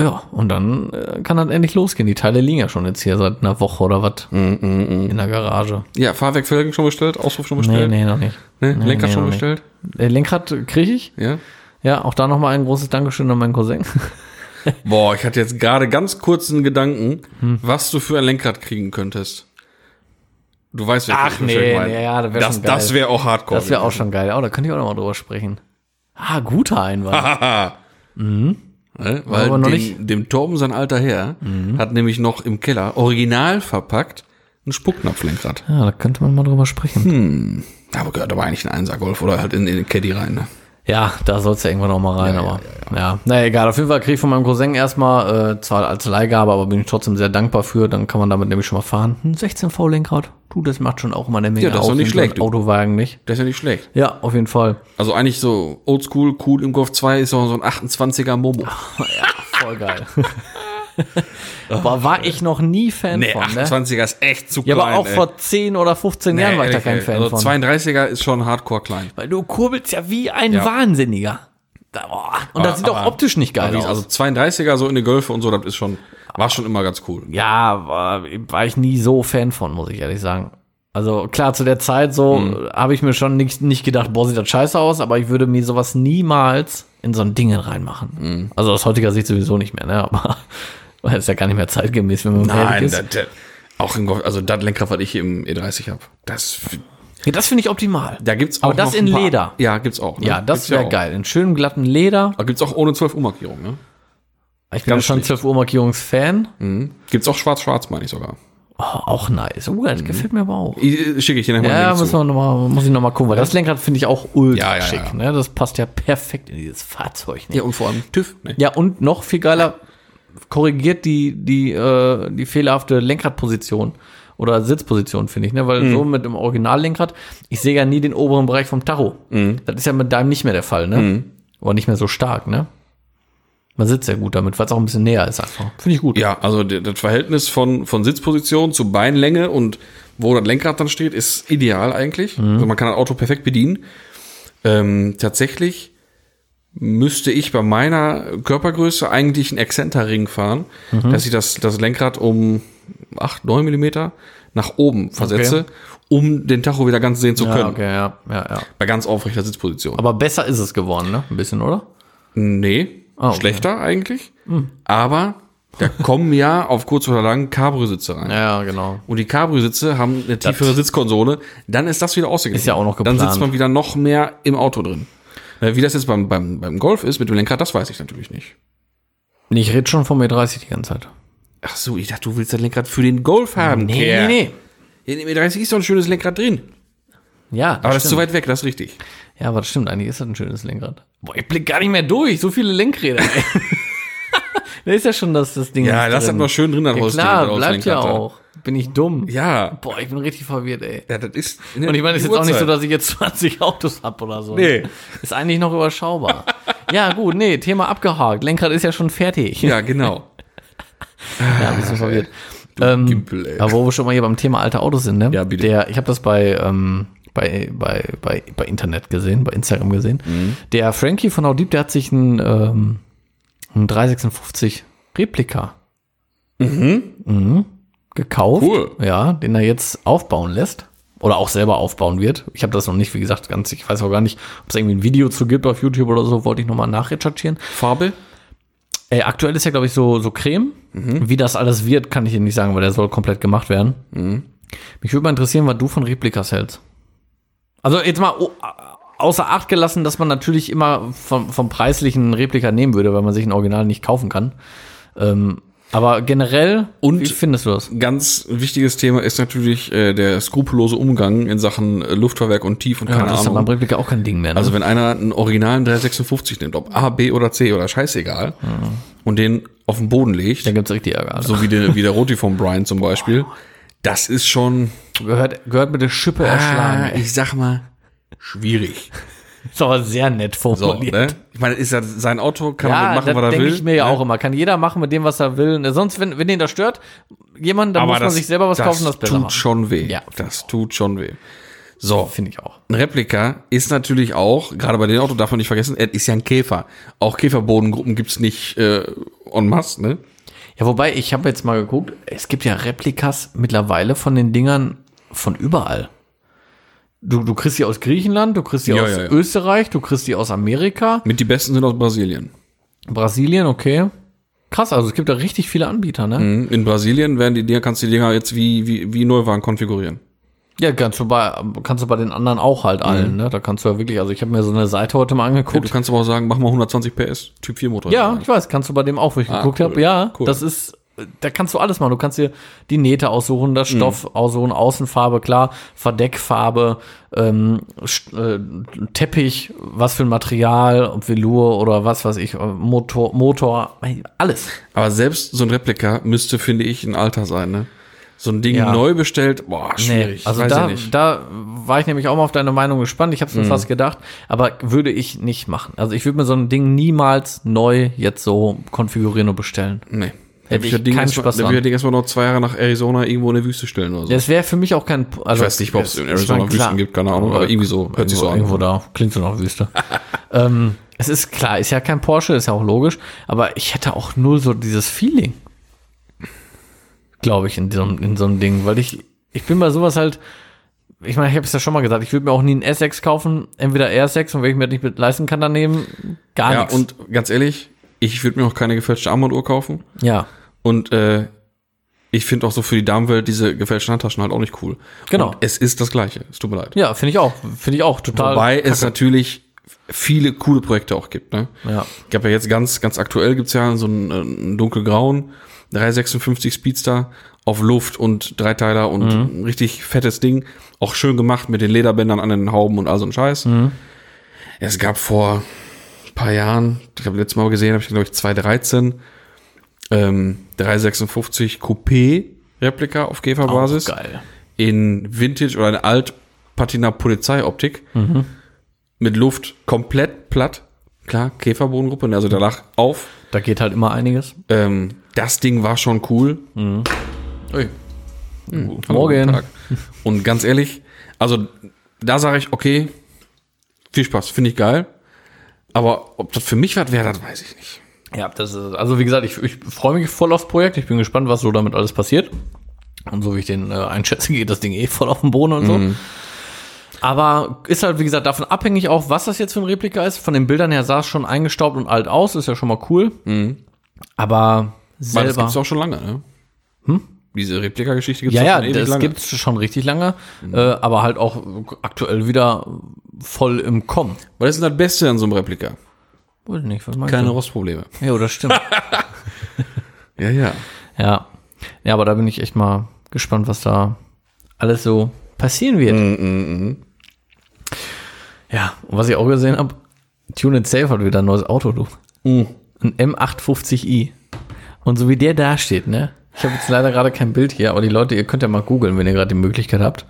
ja, und dann äh, kann das endlich losgehen. Die Teile liegen ja schon jetzt hier seit einer Woche oder was in der Garage.
Ja, Fahrwerk Felgen schon bestellt, Ausruf schon
Nee,
bestellt,
nee, noch nicht.
ne?
Nee,
Lenker
nee,
schon
noch nicht.
bestellt,
Äh, Lenkrad kriege ich.
ja?
Ja, auch da nochmal ein großes Dankeschön an meinen Cousin.
Oh, Boah, ich hatte jetzt gerade ganz kurz einen Gedanken,
Hm.
was du für ein Lenkrad kriegen könntest. Du weißt, welches
Ach,
ich wahrscheinlich
nee,
meine.
nee, ja, das wär
das
schon geil.
Das wäre auch Hardcore.
Das wäre auch schon geil. Oh, da könnte ich auch nochmal drüber sprechen. Ah, guter Einwand.
Haha. Ne? Weil
Aber noch
dem,
nicht- Mhm.
dem Torben, sein alter Herr, hat nämlich noch im Keller original verpackt ein Spucknapflenkrad.
Ja, da könnte man mal drüber sprechen.
Hm. Aber gehört aber eigentlich in einen 1er Golf oder halt in, in den Caddy rein. Ne?
Ja, da soll es ja irgendwann auch mal rein,
Ja, ja,
aber ja, Naja, egal. Auf jeden Fall kriege ich von meinem Cousin erstmal, äh, zwar als Leihgabe, aber bin ich trotzdem sehr dankbar für. Dann kann man damit nämlich schon mal fahren. Ein 16V-Lenkrad, du, das macht schon auch immer eine Menge
Ja, das ist doch
aus,
nicht
wenn so ein
schlecht, du.
Autowagen nicht.
Das ist ja nicht schlecht.
Ja, auf jeden Fall.
Also eigentlich so oldschool, cool im Golf 2 ist so so ein 28er Momo.
Voll
[LAUGHS]
geil. aber war ich noch nie Fan
nee,
von, ne?
28er ist echt zu
Ja,
klein.
aber auch
ey.
vor 10 oder 15 Jahren war ich da
ehrlich,
kein
ey.
Fan
also
von.
32er ist schon hardcore klein.
Weil du kurbelst ja Ah, wie ein
Ja.
Wahnsinniger. Da, boah. Und das sieht auch
aber-
optisch nicht geil
Aber wie-
aus.
Also 32er so in den Golfe und so, das ist schon, war schon immer ganz cool.
ja, war, war ich nie so Fan von, muss ich ehrlich sagen. Also klar, zu der Zeit so äh, habe ich mir schon nicht, nicht gedacht, boah, sieht das scheiße aus, aber ich würde mir sowas niemals in so ein Ding reinmachen. Also aus heutiger Sicht sowieso nicht mehr, ne? [LAUGHS] Aber weil es ja gar nicht mehr zeitgemäß, wenn man ehrlich ist.
das, das, auch im Golf, also das Lenkrad, was ich hier im E30 habe, das,
Ja, das finde ich optimal.
da gibt's auch
Aber das
noch
in
ein paar-
Leder.
Ja, gibt's auch. ne?
Ja,
Gibt's
das wäre
auch.
geil. In schönem glatten Leder.
Aber gibt's auch ohne 12 Uhr Markierung, ne?
Ich bin ja
Ganz
schon 12 Uhr Markierungsfan.
Gibt's auch schwarz-schwarz, meine ich sogar.
Oh, auch nice. Uh, das gefällt mir aber auch.
Ich- äh, Schicke ich dir nochmal
Ja,
einen Link
muss,
zu.
man noch mal, muss ich nochmal gucken, weil das Lenkrad finde ich auch ultra
Ja, ja, ja.
schick. Ne? Das passt ja perfekt in dieses Fahrzeug. Ne?
Ja, und vor allem TÜV. Ne?
Ja, und noch viel geiler, korrigiert die, die, äh, die fehlerhafte Lenkradposition oder Sitzposition, finde ich, ne? Weil
Mhm.
so mit dem Originallenkrad, ich sehe ja nie den oberen Bereich vom Tacho.
Mhm.
Das ist ja mit deinem nicht mehr der Fall, ne? Aber nicht mehr so stark, ne? Man sitzt ja gut damit, weil es auch ein bisschen näher ist einfach. Finde ich gut.
Ja, also d- das Verhältnis von, von Sitzposition zu Beinlänge und wo das Lenkrad dann steht, ist ideal eigentlich.
Mhm.
Also man kann das Auto perfekt bedienen. Ähm, tatsächlich müsste ich bei meiner Körpergröße eigentlich einen Exzenterring fahren,
Mhm.
dass ich das, das Lenkrad um 8, 9 Millimeter nach oben versetze, um den Tacho wieder ganz sehen zu
Ja,
können.
okay, ja, ja, ja.
Bei ganz aufrechter Sitzposition.
Aber besser ist es geworden, ne? Ein bisschen, oder?
Nee,
Ah, okay. Mhm.
schlechter eigentlich. Aber da kommen ja auf kurz oder lang Cabrio-Sitze rein.
Ja, genau.
Und die Cabrio-Sitze haben eine tiefere Sitzkonsole. Dann ist das wieder ausgeglichen.
Ist ja auch noch
Dann
geplant.
sitzt man wieder noch mehr im Auto drin. Äh, Wie das jetzt beim, beim, beim Golf ist mit dem Lenkrad, das weiß ich natürlich nicht.
Nee, Ich rede schon vom E30 die ganze Zeit.
Ach so, ich dachte, du willst das Lenkrad für den Golf haben. Kerl. In dem E30 ist doch ein schönes Lenkrad drin.
Ja,
Aber das ist zu
stimmt.
weit weg, das ist richtig.
Ja, aber das stimmt, eigentlich ist das ein schönes Lenkrad. Boah, ich blick gar nicht mehr durch, so viele Lenkräder.
[LAUGHS]
Ey. da ist ja schon das, das Ding.
Ja, lass das mal schön drin, dann
ja,
holst du
Klar,
dir raus,
bleibt ja
Lenkrad, ja.
auch. Bin ich dumm.
Ja.
Boah, ich bin richtig verwirrt, ey.
ja, das ist.
Und ich meine, es
die
ist jetzt auch nicht so,
Uhrzeit.
dass ich jetzt [LAUGHS] 20 Autos hab oder so.
Nee.
ne? Ist eigentlich noch überschaubar. ja, gut,
[LAUGHS]
nee, Thema abgehakt. Lenkrad ist ja schon fertig.
Ja, genau.
Ja, ein bisschen verwirrt. Ähm,
Gimpel, ey.
Aber wo wir schon mal hier beim Thema alte Autos sind, ne?
Ja, bitte.
Der, ich habe das bei, ähm, bei, bei, bei, bei Internet gesehen, bei Instagram gesehen.
Mhm.
Der Frankie von Audib, der hat sich einen, ähm, einen 356 Replika Mhm. gekauft.
Cool.
Ja, den er jetzt aufbauen lässt. Oder auch selber aufbauen wird. Ich habe das noch nicht, wie gesagt, ganz, ich weiß auch gar nicht, ob es irgendwie ein Video zu gibt auf YouTube oder so, wollte ich nochmal nachrecherchieren.
Farbe?
Äh, aktuell ist ja, glaube ich, so, so Creme.
Mhm.
Wie das alles wird, kann ich Ihnen nicht sagen, weil der soll komplett gemacht werden.
Mhm.
Mich würde mal interessieren, was du von Replikas hältst. Also jetzt mal oh, außer Acht gelassen, dass man natürlich immer vom, vom preislichen einen Replika nehmen würde, weil man sich ein Original nicht kaufen kann. Ähm, aber generell,
Und-
wie findest du das?
Ganz wichtiges Thema ist natürlich äh, der skrupellose Umgang in Sachen äh, Luftfahrwerk und Tief und keine
das ist
Ahnung.
beim Replika auch kein Ding mehr. Ne?
Also wenn einer einen originalen 356 nimmt, ob A, B oder C oder scheißegal, und den auf den Boden legt,
da gibt's richtig Ärger. Also,
so wie der, wie der Roti von Brian zum Beispiel, das ist schon,
gehört, gehört mit der Schippe erschlagen.
ah, ich sag mal, schwierig.
Ist aber sehr nett
So,
formuliert.
ne? Ich meine, ist ja sein Auto, kann man
Ja,
mit machen,
das
was er
denke
will.
ich mir ja
ne?
auch immer. Kann jeder machen mit dem, was er will. Ne, Sonst, wenn, wenn den das stört, jemand, dann
Aber
muss man
das,
sich selber was
das
kaufen, das besser
tut
macht.
schon weh.
Ja.
Das tut schon weh. So,
Finde ich auch.
ein Replika ist natürlich auch, gerade bei dem Auto darf man nicht vergessen, er ist ja ein Käfer. Auch Käferbodengruppen gibt's nicht äh, en masse, ne?
Ja, wobei, ich habe jetzt mal geguckt, es gibt ja Replikas mittlerweile von den Dingern von überall. Du, du kriegst die aus Griechenland, du kriegst die
Ja,
aus
ja, ja.
Österreich, du kriegst die aus Amerika,
Mit die besten sind aus Brasilien.
Brasilien, okay. Krass, also es gibt da richtig viele Anbieter, ne?
Mhm. In Brasilien werden die Dinger, kannst du die Dinger jetzt wie, wie, wie Neuwagen konfigurieren.
Ja, kannst du, bei, kannst du bei den anderen auch halt
Mhm.
allen, ne? Da kannst du ja wirklich, also ich habe mir so eine Seite heute mal angeguckt.
Du kannst aber auch sagen, mach mal 120 PS, Typ 4 Motor.
Ja, ich weiß, kannst du bei dem auch, wo ich geguckt
cool,
habe. Ja,
cool.
das ist, da kannst du alles machen. Du kannst dir die Nähte aussuchen, das Stoff aussuchen, Außenfarbe, klar, Verdeckfarbe, ähm, St- äh, Teppich, was für ein Material, ob Velour oder was weiß ich, äh, Motor, Motor, alles.
Aber selbst so ein Replika müsste, finde ich, ein Alter sein, ne? So ein Ding
Ja.
neu bestellt, boah, schwierig.
also
weiß
da,
ich nicht.
da war ich nämlich auch mal auf deine Meinung gespannt. Ich habe es mir fast gedacht, aber würde ich nicht machen. Also ich würde mir so ein Ding niemals neu jetzt so konfigurieren und bestellen.
Nee.
Hätte ich
das Ding
keinen
erstmal-
Spaß
Da
dran.
würde ich das erstmal noch zwei Jahre nach Arizona irgendwo in der Wüste stellen oder so.
Das wäre für mich auch kein. Also,
Ich weiß nicht, ob es in
ich
Arizona
meine,
Wüsten
klar.
gibt, keine Ahnung, aber irgendwie so, hört sich so
irgendwo,
an.
irgendwo da, klingt so
[LAUGHS]
nach Wüste. ähm, es ist klar, ist ja kein Porsche, ist ja auch logisch, aber ich hätte auch null so dieses Feeling. Glaube ich, in so, in so einem Ding, weil ich, ich bin bei sowas halt, ich meine, ich habe es ja schon mal gesagt, ich würde mir auch nie einen S6 kaufen, entweder R6 und wenn ich mir das nicht mit leisten kann, dann nehmen, gar
Ja,
nichts.
und ganz ehrlich, ich würde mir auch keine gefälschte Armbanduhr kaufen.
ja,
Und äh, ich finde auch so für die Damenwelt diese gefälschten Handtaschen halt auch nicht cool.
Genau.
Und es ist das Gleiche. Es tut mir leid.
ja finde ich auch, finde ich auch total.
Wobei es natürlich viele coole Projekte auch gibt. Ne?
Ja.
Ich habe ja jetzt ganz, ganz aktuell gibt's ja so einen, äh, einen dunkelgrauen 356 Speedster auf Luft und Dreiteiler und ein richtig fettes Ding. Auch schön gemacht mit den Lederbändern an den Hauben und all so ein Scheiß. Es gab vor ein paar Jahren, ich habe letztes Mal gesehen, habe ich glaube ich 2013, ähm, 356 Coupé Replika auf Käferbasis
Auch geil.
in Vintage oder in Altpatina Polizeioptik
Mhm.
mit Luft komplett platt. Klar, Käferbodengruppe, also danach auf.
Da geht halt immer einiges.
Ähm, das Ding war schon cool. Ui. Hm, hallo,
Mhm. Morgen.
guten Tag. Und ganz ehrlich, also da sage ich, okay, viel Spaß, finde ich geil. Aber ob das für mich was wäre, das weiß ich nicht.
Ja, das ist, also wie gesagt, ich, ich freue mich voll aufs Projekt. Ich bin gespannt, was so damit alles passiert. Und so wie ich den äh, einschätze, [LAUGHS] geht das Ding eh voll auf den Boden und so.
Mhm.
Aber ist halt, wie gesagt, davon abhängig auch, was das jetzt für ein Replika ist. Von den Bildern her sah es schon eingestaubt und alt aus, ist ja schon mal cool. Aber
Weil Mhm. das
selber.
gibt's auch schon lange, ne? Hm? Diese Replika-Geschichte gibt's
ja,
doch
ja,
schon ewig
das
lange. Mhm.
gibt's schon richtig lange, äh, aber halt auch aktuell wieder voll im Kommen.
Weil das ist das Beste an so einem Replika.
Weiß nicht, was meinst
Keine Rostprobleme.
du? Ja, das stimmt.
Ja, ja.
Ja. Ja, aber da bin ich echt mal gespannt, was da alles so passieren wird. Ja, und was ich auch gesehen habe, Tune and Safe hat wieder ein neues Auto, du. Ein M850i. Und so wie der da steht, ne? Ich habe jetzt leider gerade kein Bild hier, aber die Leute, ihr könnt ja mal googeln, wenn ihr gerade die Möglichkeit habt.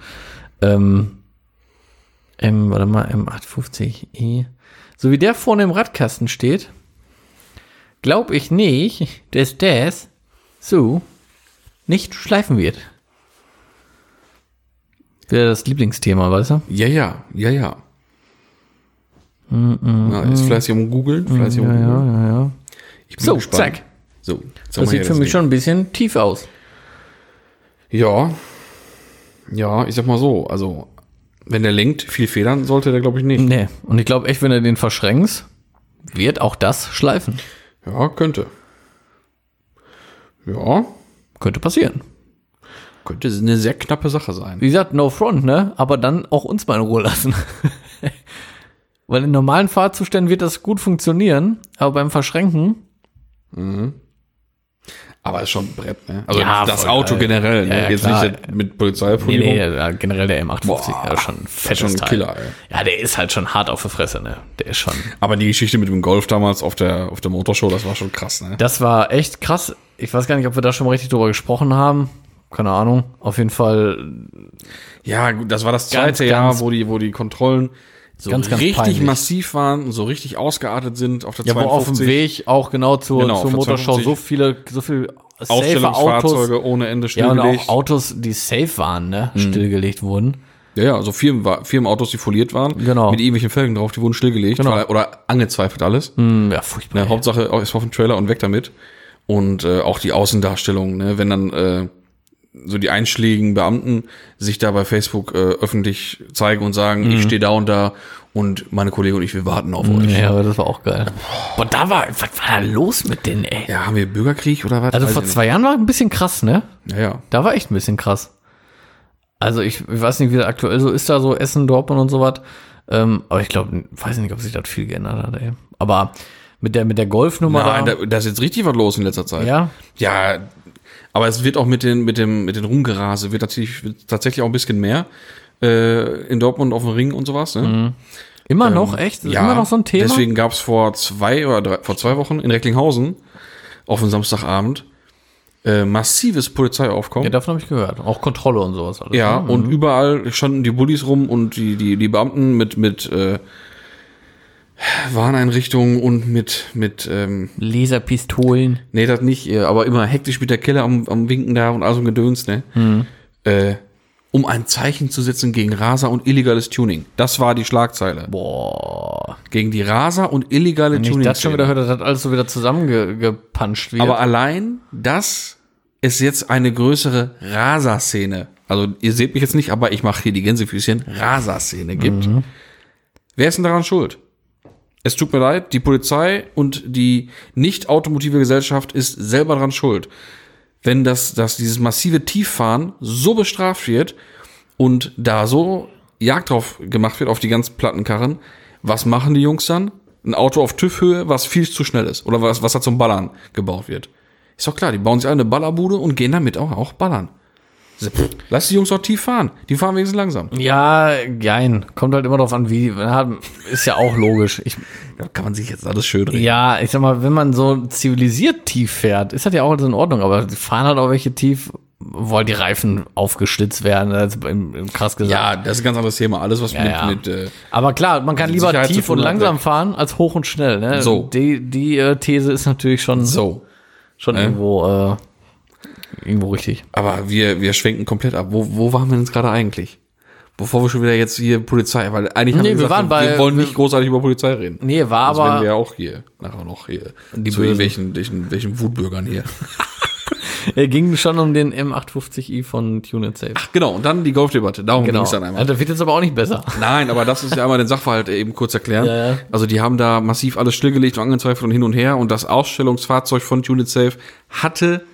Ähm, M, warte mal, M850i. So wie der vorne im Radkasten steht, glaub ich nicht, dass das so nicht schleifen wird. Wieder das Lieblingsthema, weißt du?
Ja, ja, ja, ja. Na, ist fleißig am Googeln, fleißig am
Mm, Ja,
Googeln.
ja, ja, ja.
Ich bin
So,
gespannt.
zack.
So, zeig
Das
mal her
sieht für mich
Ding.
schon ein bisschen tief aus.
Ja. Ja, ich sag mal so, also, wenn der lenkt, viel federn sollte der, glaube ich, nicht.
Nee. Und ich glaube echt, wenn du den verschränkst, wird auch das schleifen.
Ja, könnte. Ja,
Könnte passieren.
könnte eine sehr knappe Sache sein.
Wie gesagt, no front, ne? Aber dann auch uns mal in Ruhe lassen. [LAUGHS] Weil in normalen Fahrzuständen wird das gut funktionieren, aber beim Verschränken.
Aber ist schon ein Brett, ne? Also
Ja,
das
voll
Auto
geil.
generell, ne?
Ja, ja,
Jetzt
klar.
nicht das mit Polizeierprobung.
ja, generell der M850,
Boah,
ja, schon ein fettes
schon ein
Teil.
Killer, ey.
Ja, der ist halt schon hart auf der Fresse, ne? Der ist schon.
Aber die Geschichte mit dem Golf damals auf der, auf der Motorshow, das war schon krass, ne?
Das war echt krass. Ich weiß gar nicht, ob wir da schon mal richtig drüber gesprochen haben. Keine Ahnung. Auf jeden Fall.
Ja, gut, das war das
Ganz,
zweite Jahr,
ganz-
wo die, wo die Kontrollen so
Ganz, ganz
richtig
peinlich.
massiv waren und so richtig ausgeartet sind auf der
Ja, wo auf dem
52.
Weg auch genau zur,
Genau,
zur
auf der
Motorschau
52.
so viele, so viele safe Autos.
Ausstellungsfahrzeuge ohne Ende
Ja, und auch
stillgelegt. Mhm.
Autos, die safe waren, ne? Stillgelegt wurden.
Ja, ja, also Firmen, war- Firmenautos, die foliert waren,
Genau.
mit irgendwelchen Felgen drauf, die wurden stillgelegt weil, oder angezweifelt alles.
Hm, ja, furchtbar.
Ne, Hauptsache, es war auf dem Trailer und weg damit. Und äh, auch die Außendarstellung, ne, wenn dann äh, so die einschlägigen Beamten sich da bei Facebook äh, öffentlich zeigen und sagen,
Mhm.
ich stehe da und da und meine Kollegen und ich, wir warten auf euch.
Ja, aber das war auch geil. Boah, da war, was war da los mit denen, ey?
Ja, haben wir Bürgerkrieg oder was?
also
Weiß
vor
ich
zwei Jahren war ein bisschen krass, ne?
nicht. Ja, ja.
Da war echt ein bisschen krass. Also ich, ich weiß nicht, wie das aktuell so ist da so Essen, Dortmund und sowas. Ähm, aber ich glaube, weiß nicht, ob sich das viel geändert hat, ey. Aber mit der, mit der Golfnummer
Nein,
da,
da, da ist jetzt richtig was los in letzter Zeit.
ja,
Ja, aber es wird auch mit den, mit dem, mit den Rumgerase wird natürlich wird tatsächlich auch ein bisschen mehr äh, in Dortmund auf dem Ring und sowas. Ne?
immer noch, echt? Mhm. Ist immer noch so ein Thema?
Deswegen gab es vor zwei oder drei, vor zwei Wochen in Recklinghausen auf einem Samstagabend äh, massives
ja,
Polizeiaufkommen. Ja,
davon habe ich gehört. Auch Kontrolle und sowas. Alles, ne?
und überall standen die Bullis rum und die, die, die Beamten mit, mit äh, Warneinrichtungen und mit, mit ähm,
Laserpistolen.
Nee, das nicht, äh, aber immer hektisch mit der Kelle am, am Winken da und all so ein Gedöns, ne?
Mhm.
Äh, um ein Zeichen zu setzen gegen Raser und illegales Tuning. Das war die Schlagzeile.
Boah.
Gegen die Raser und illegale
Wenn ich
Tuning.
das schon wieder höre, das hat alles so wieder zusammengepanscht wird.
aber allein das ist jetzt eine größere Raser-Szene. Also ihr seht mich jetzt nicht, aber ich mache hier die Gänsefüßchen. Raser-Szene gibt. Wer ist denn daran schuld? Es tut mir leid, die Polizei und die nicht automotive Gesellschaft ist selber daran schuld. Wenn das, dass dieses massive Tieffahren so bestraft wird und da so Jagd drauf gemacht wird auf die ganzen Plattenkarren, was machen die Jungs dann? Ein Auto auf TÜV-Höhe, was viel zu schnell ist oder was, was da zum Ballern gebaut wird. Ist doch klar, die bauen sich alle eine Ballerbude und gehen damit auch, auch ballern. Pff, Lass die Jungs doch tief fahren. Die fahren wenigstens langsam.
Ja, gein. Kommt halt immer drauf an, wie. na, Ist ja auch logisch. Ich,
Da kann man sich jetzt alles schön reden.
ja, ich sag mal, wenn man so zivilisiert tief fährt, ist das ja auch alles in Ordnung. Aber die fahren halt auch welche tief, wo halt die Reifen aufgeschlitzt werden. Das ist im, im krass gesagt.
Ja, das ist ein ganz anderes Thema. Alles, was mit,
ja.
mit äh,
Aber klar, man kann lieber
Sicherheit zu
tief
tun
und
hat,
langsam fahren als hoch und schnell. Ne?
So.
Die, die äh, These ist natürlich schon,
so. ne?
schon irgendwo, äh, irgendwo richtig.
Aber wir, wir schwenken komplett ab. Wo, wo waren wir denn jetzt gerade eigentlich? Bevor wir schon wieder jetzt hier Polizei, weil eigentlich haben
Nee, wir waren bei-
wir wollen
wir-
nicht großartig über Polizei reden.
Nee, war
Sonst
aber.
wären Also wir ja auch hier nachher noch hier
Die
zu
Bösen.
irgendwelchen, welchen, welchen Wutbürgern hier.
Er ging schon um den M850i von Tunet Safe. Genau.
genau, und dann die Golfdebatte. Darum ging es dann einmal.
Ja, das wird jetzt aber auch nicht besser.
Nein, aber das ist ja einmal den Sachverhalt eben kurz erklären.
Ja, ja.
Also die haben da massiv alles stillgelegt und angezweifelt und hin und her. Und das Ausstellungsfahrzeug von Tune It Safe hatte,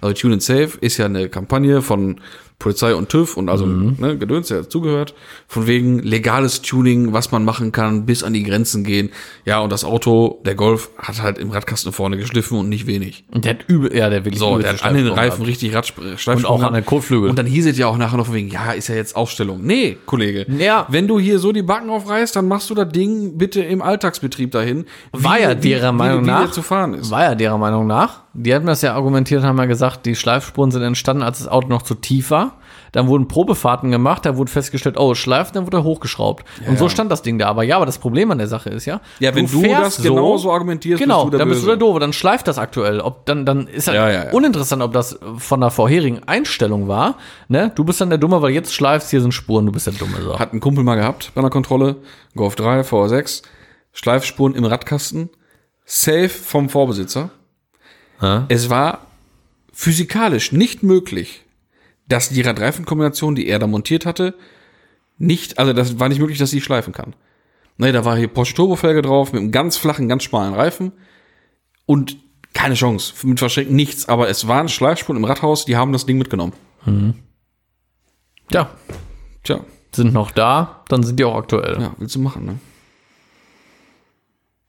also Tune It Safe ist ja eine Kampagne von Polizei und TÜV und also ne, Gedöns, der dazugehört, von wegen legales Tuning, was man machen kann, bis an die Grenzen gehen. Ja, und das Auto, der Golf, hat halt im Radkasten vorne geschliffen und nicht wenig.
Und der hat übel, ja, der wirklich
So,
übel
der
zu
hat an den
Schleifspuren
Reifen
gehabt.
richtig Radsch- Schleifspuren
Und auch an
gehabt.
der Kotflügel.
Und dann hieß es ja auch nachher noch von wegen, ja, ist ja jetzt Ausstellung. Nee, Kollege.
Ja.
Wenn du hier so die Backen aufreißt, dann machst du das Ding bitte im Alltagsbetrieb dahin.
War
Wie-
ja
wie-
derer
wie-
Meinung
wie der
nach.
zu fahren ist.
War ja derer Meinung nach. Die hatten das ja argumentiert, haben ja gesagt, die Schleifspuren sind entstanden, als das Auto noch zu tief war. war. Dann wurden Probefahrten gemacht, da wurde festgestellt, oh, es schleift, dann wurde er hochgeschraubt. und so stand das Ding da. Aber ja, aber das Problem an der Sache ist ja,
Ja, wenn du das genauso argumentierst,
genau,
bist du der
dann bist du
Böse.
der Doofe, dann schleift das aktuell. Ob, dann, dann ist halt
Ja, ja, ja.
uninteressant, ob das von der vorherigen Einstellung war. Ne? Du bist dann der Dumme, weil jetzt schleifst, hier sind Spuren, du bist der Dumme. So.
Hat ein Kumpel mal gehabt bei einer Kontrolle. Golf 3, V6, Schleifspuren im Radkasten. Safe vom Vorbesitzer.
Ja.
Es war physikalisch nicht möglich, dass die Radreifenkombination, die er da montiert hatte, nicht, also das war nicht möglich, dass sie schleifen kann. Nee, da war hier Porsche Turbofelge drauf mit einem ganz flachen, ganz schmalen Reifen und keine Chance, mit Verschränken nichts, aber es waren Schleifspuren im Radhaus, die haben das Ding mitgenommen.
ja,
Tja,
sind noch da, dann sind die auch aktuell.
ja, willst du machen, ne?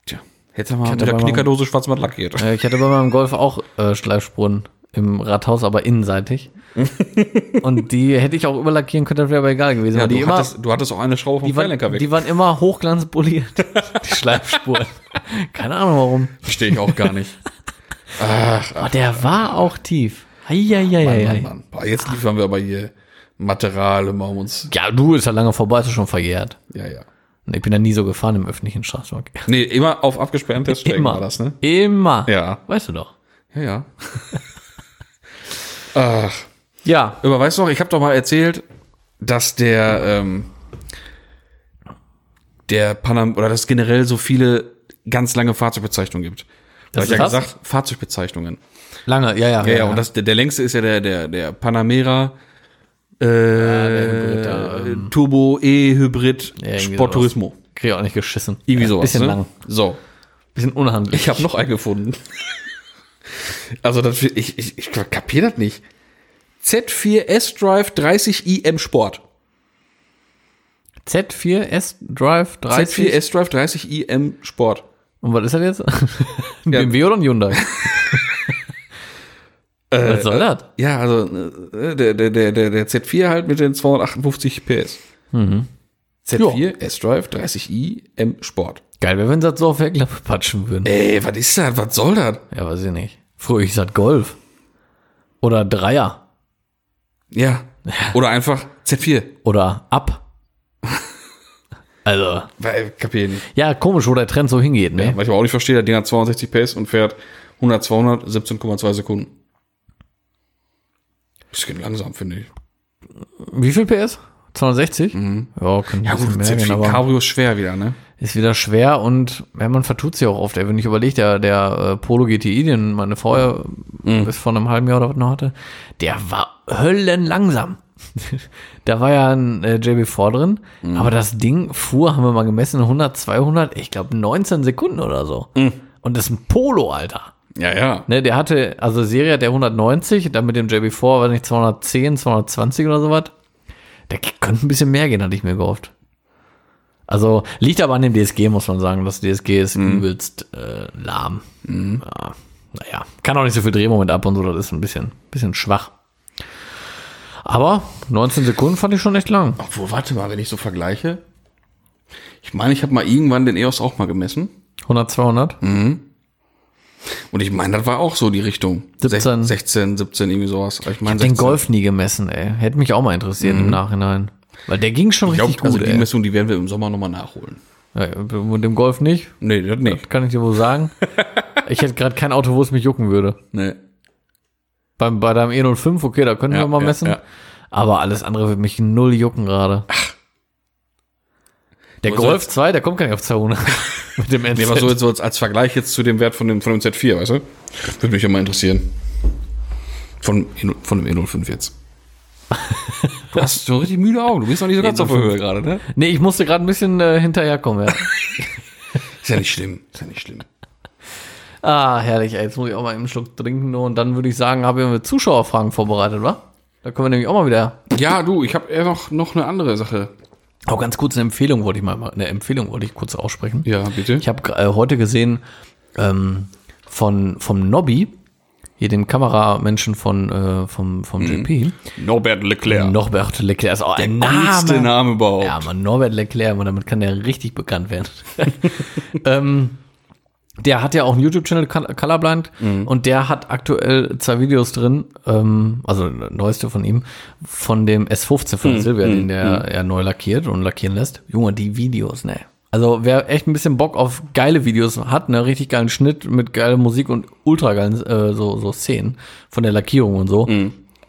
Tja, hätte er mal mit der
er mal machen.
Knickerdose schwarzmatt lackiert.
Äh, Ich hatte bei meinem Golf auch äh, Schleifspuren im Rathaus,
[LAUGHS]
aber innenseitig. Und die hätte ich auch überlackieren können, das wäre aber egal gewesen. weil die,
du,
immer,
hattest, du hattest auch eine Schraube vom
die,
Freilenker
waren,
weg.
die waren
[LAUGHS]
immer hochglanzpoliert, die Schleifspuren. Keine Ahnung warum.
Verstehe ich auch gar
[LAUGHS]
nicht.
Aber der war auch tief.
Mann,
Eieieiei.
Mann. Boah, jetzt liefern wir aber hier Material immer um uns.
Ja, du ist ja lange vorbei, ist ja schon verjährt.
Ja, ja.
Und Ich bin ja nie so gefahren im öffentlichen Straßenverkehr.
Nee, immer auf
[LAUGHS]
abgesperrten Teststrecken war das, ne?
Immer.
Ja.
Weißt du doch.
Ja, ja. [LAUGHS] Ach.
Ja.
Aber weißt du noch, ich habe doch mal erzählt, dass der, ähm, der Panam, oder dass generell so viele ganz lange Fahrzeugbezeichnungen gibt. Da hab
Das
ich ja
ist was?
gesagt, Fahrzeugbezeichnungen.
Lange, ja, ja.
Ja, ja, und das, der, der längste ist ja der, der, der Panamera äh,
Hybrid da, ähm,
Turbo E-Hybrid
irgendwie
Sporttourismo.
Krieg ich auch nicht geschissen.
Irgendwie sowas.
Bisschen
ne?
lang.
So.
Bisschen unhandlich.
Ich habe noch einen gefunden. [LAUGHS] also das, ich, ich, ich kapiere das nicht. Z4 S-Drive 30iM Sport.
Z4S Drive 30.
Z4 S-Drive 30iM Sport.
Und was ist das jetzt? Ein BMW oder ein Hyundai? was soll das?
Ja, also äh, der, der, der, der der Z4 halt mit den 258 PS.
Mhm.
Z4 S-Drive 30iM Sport.
Geil wäre, wenn sie das so auf der Klappe patschen würden.
Ey, was ist das? Was soll das?
Ja, weiß ich nicht. Früher hieß das Golf. Oder Dreier.
Ja. Oder einfach Z4.
Oder Ab. also,
Weil, Kapier nicht.
ja, komisch, wo der Trend so hingeht, ne?
Weil ich aber auch nicht verstehe, der Ding hat 62 PS und fährt 100, 200, 17,2 Sekunden. Bisschen langsam, finde ich.
Wie viel PS? 260? Ja, können ja,
Gut, Z4
merken, aber
Cabrio ist schwer wieder, ne?
ist wieder schwer und ja, man vertut sich auch oft. Ey, Wenn ich überlege, der, der äh, Polo GTI, den meine Frau ja bis vor einem halben Jahr oder was noch hatte, der war höllenlangsam. [LAUGHS] da war ja ein äh, JB4 drin, aber das Ding fuhr, haben wir mal gemessen, 100, 200, ich glaube 19 Sekunden oder so. Und das ist ein Polo, Alter.
Ja, ja.
Ne, der hatte, also Serie hat der 190, dann mit dem JB4, weiß nicht, 210, 220 oder sowas. Der könnte ein bisschen mehr gehen, hatte ich mir gehofft. Also liegt aber an dem DSG, muss man sagen. Das DSG ist
Mhm.
übelst äh, lahm. Ja, naja, kann auch nicht so viel Drehmoment ab und so, das ist ein bisschen, bisschen schwach. Aber 19 Sekunden fand ich schon echt lang.
Obwohl, warte mal, wenn ich so vergleiche. Ich meine, ich habe mal irgendwann den EOS auch mal gemessen.
100, 200?
Mhm, Und ich meine, das war auch so die Richtung.
17.
16, 17, irgendwie sowas. Aber Ich meine,
Den Golf nie gemessen, ey. Hätte mich auch mal interessiert im Nachhinein. Weil der ging schon
Mhm. Ich
richtig
glaube, also
gut,
die
ey.
Messung, die werden wir im Sommer nochmal nachholen.
Ja, und dem Golf nicht?
Nee, das nicht.
Kann ich dir wohl sagen. Ich hätte gerade kein Auto, wo es mich jucken würde.
Nee.
Beim, bei deinem E05, okay, da können
Ja,
wir mal
ja,
messen.
ja.
Aber alles andere wird mich null jucken gerade. Der
Aber so
Golf 2, der kommt gar nicht
[LAUGHS]
auf 200. Mit dem NZ.
Nee, aber so jetzt so als, als Vergleich jetzt zu dem Wert von dem, von dem Z4, weißt du? Würde mich ja mal interessieren. Von, E0 von dem E05 [LAUGHS] jetzt. Du hast so richtig müde Augen. Du bist noch nicht so ganz auf der Höhe gerade, ne?
nee, ich musste gerade ein bisschen äh, hinterherkommen. Ja.
Ist ja nicht schlimm. Ist ja nicht schlimm.
ah, herrlich. Ey. Jetzt muss ich auch mal einen Schluck trinken. nur. Und dann würde ich sagen, haben wir Zuschauerfragen vorbereitet, wa? Da können wir nämlich auch mal wieder.
Ja, du, ich habe eher noch, noch eine andere Sache.
Auch ganz kurz eine Empfehlung wollte ich mal machen. Eine Empfehlung wollte ich kurz aussprechen.
Ja, bitte.
Ich habe äh, heute gesehen ähm, von vom Nobby, hier dem Kameramenschen von äh, vom vom JP,
Norbert Leclerc.
Norbert Leclerc ist auch ein
Coolste
Name.
Name überhaupt.
Ja, man Norbert Leclerc, man, damit kann der richtig bekannt werden. [LAUGHS] ähm, Der hat ja auch einen YouTube-Channel, Col- Colorblind,
Mhm.
und der hat aktuell zwei Videos drin, ähm, also neueste von ihm, von dem S15
Mhm.
von Silvia, den der ja neu lackiert und lackieren lässt. Junge, die Videos, ne. Also wer echt ein bisschen Bock auf geile Videos hat, ne, richtig geilen Schnitt mit geiler Musik und ultra geilen äh, so, so Szenen von der Lackierung und so,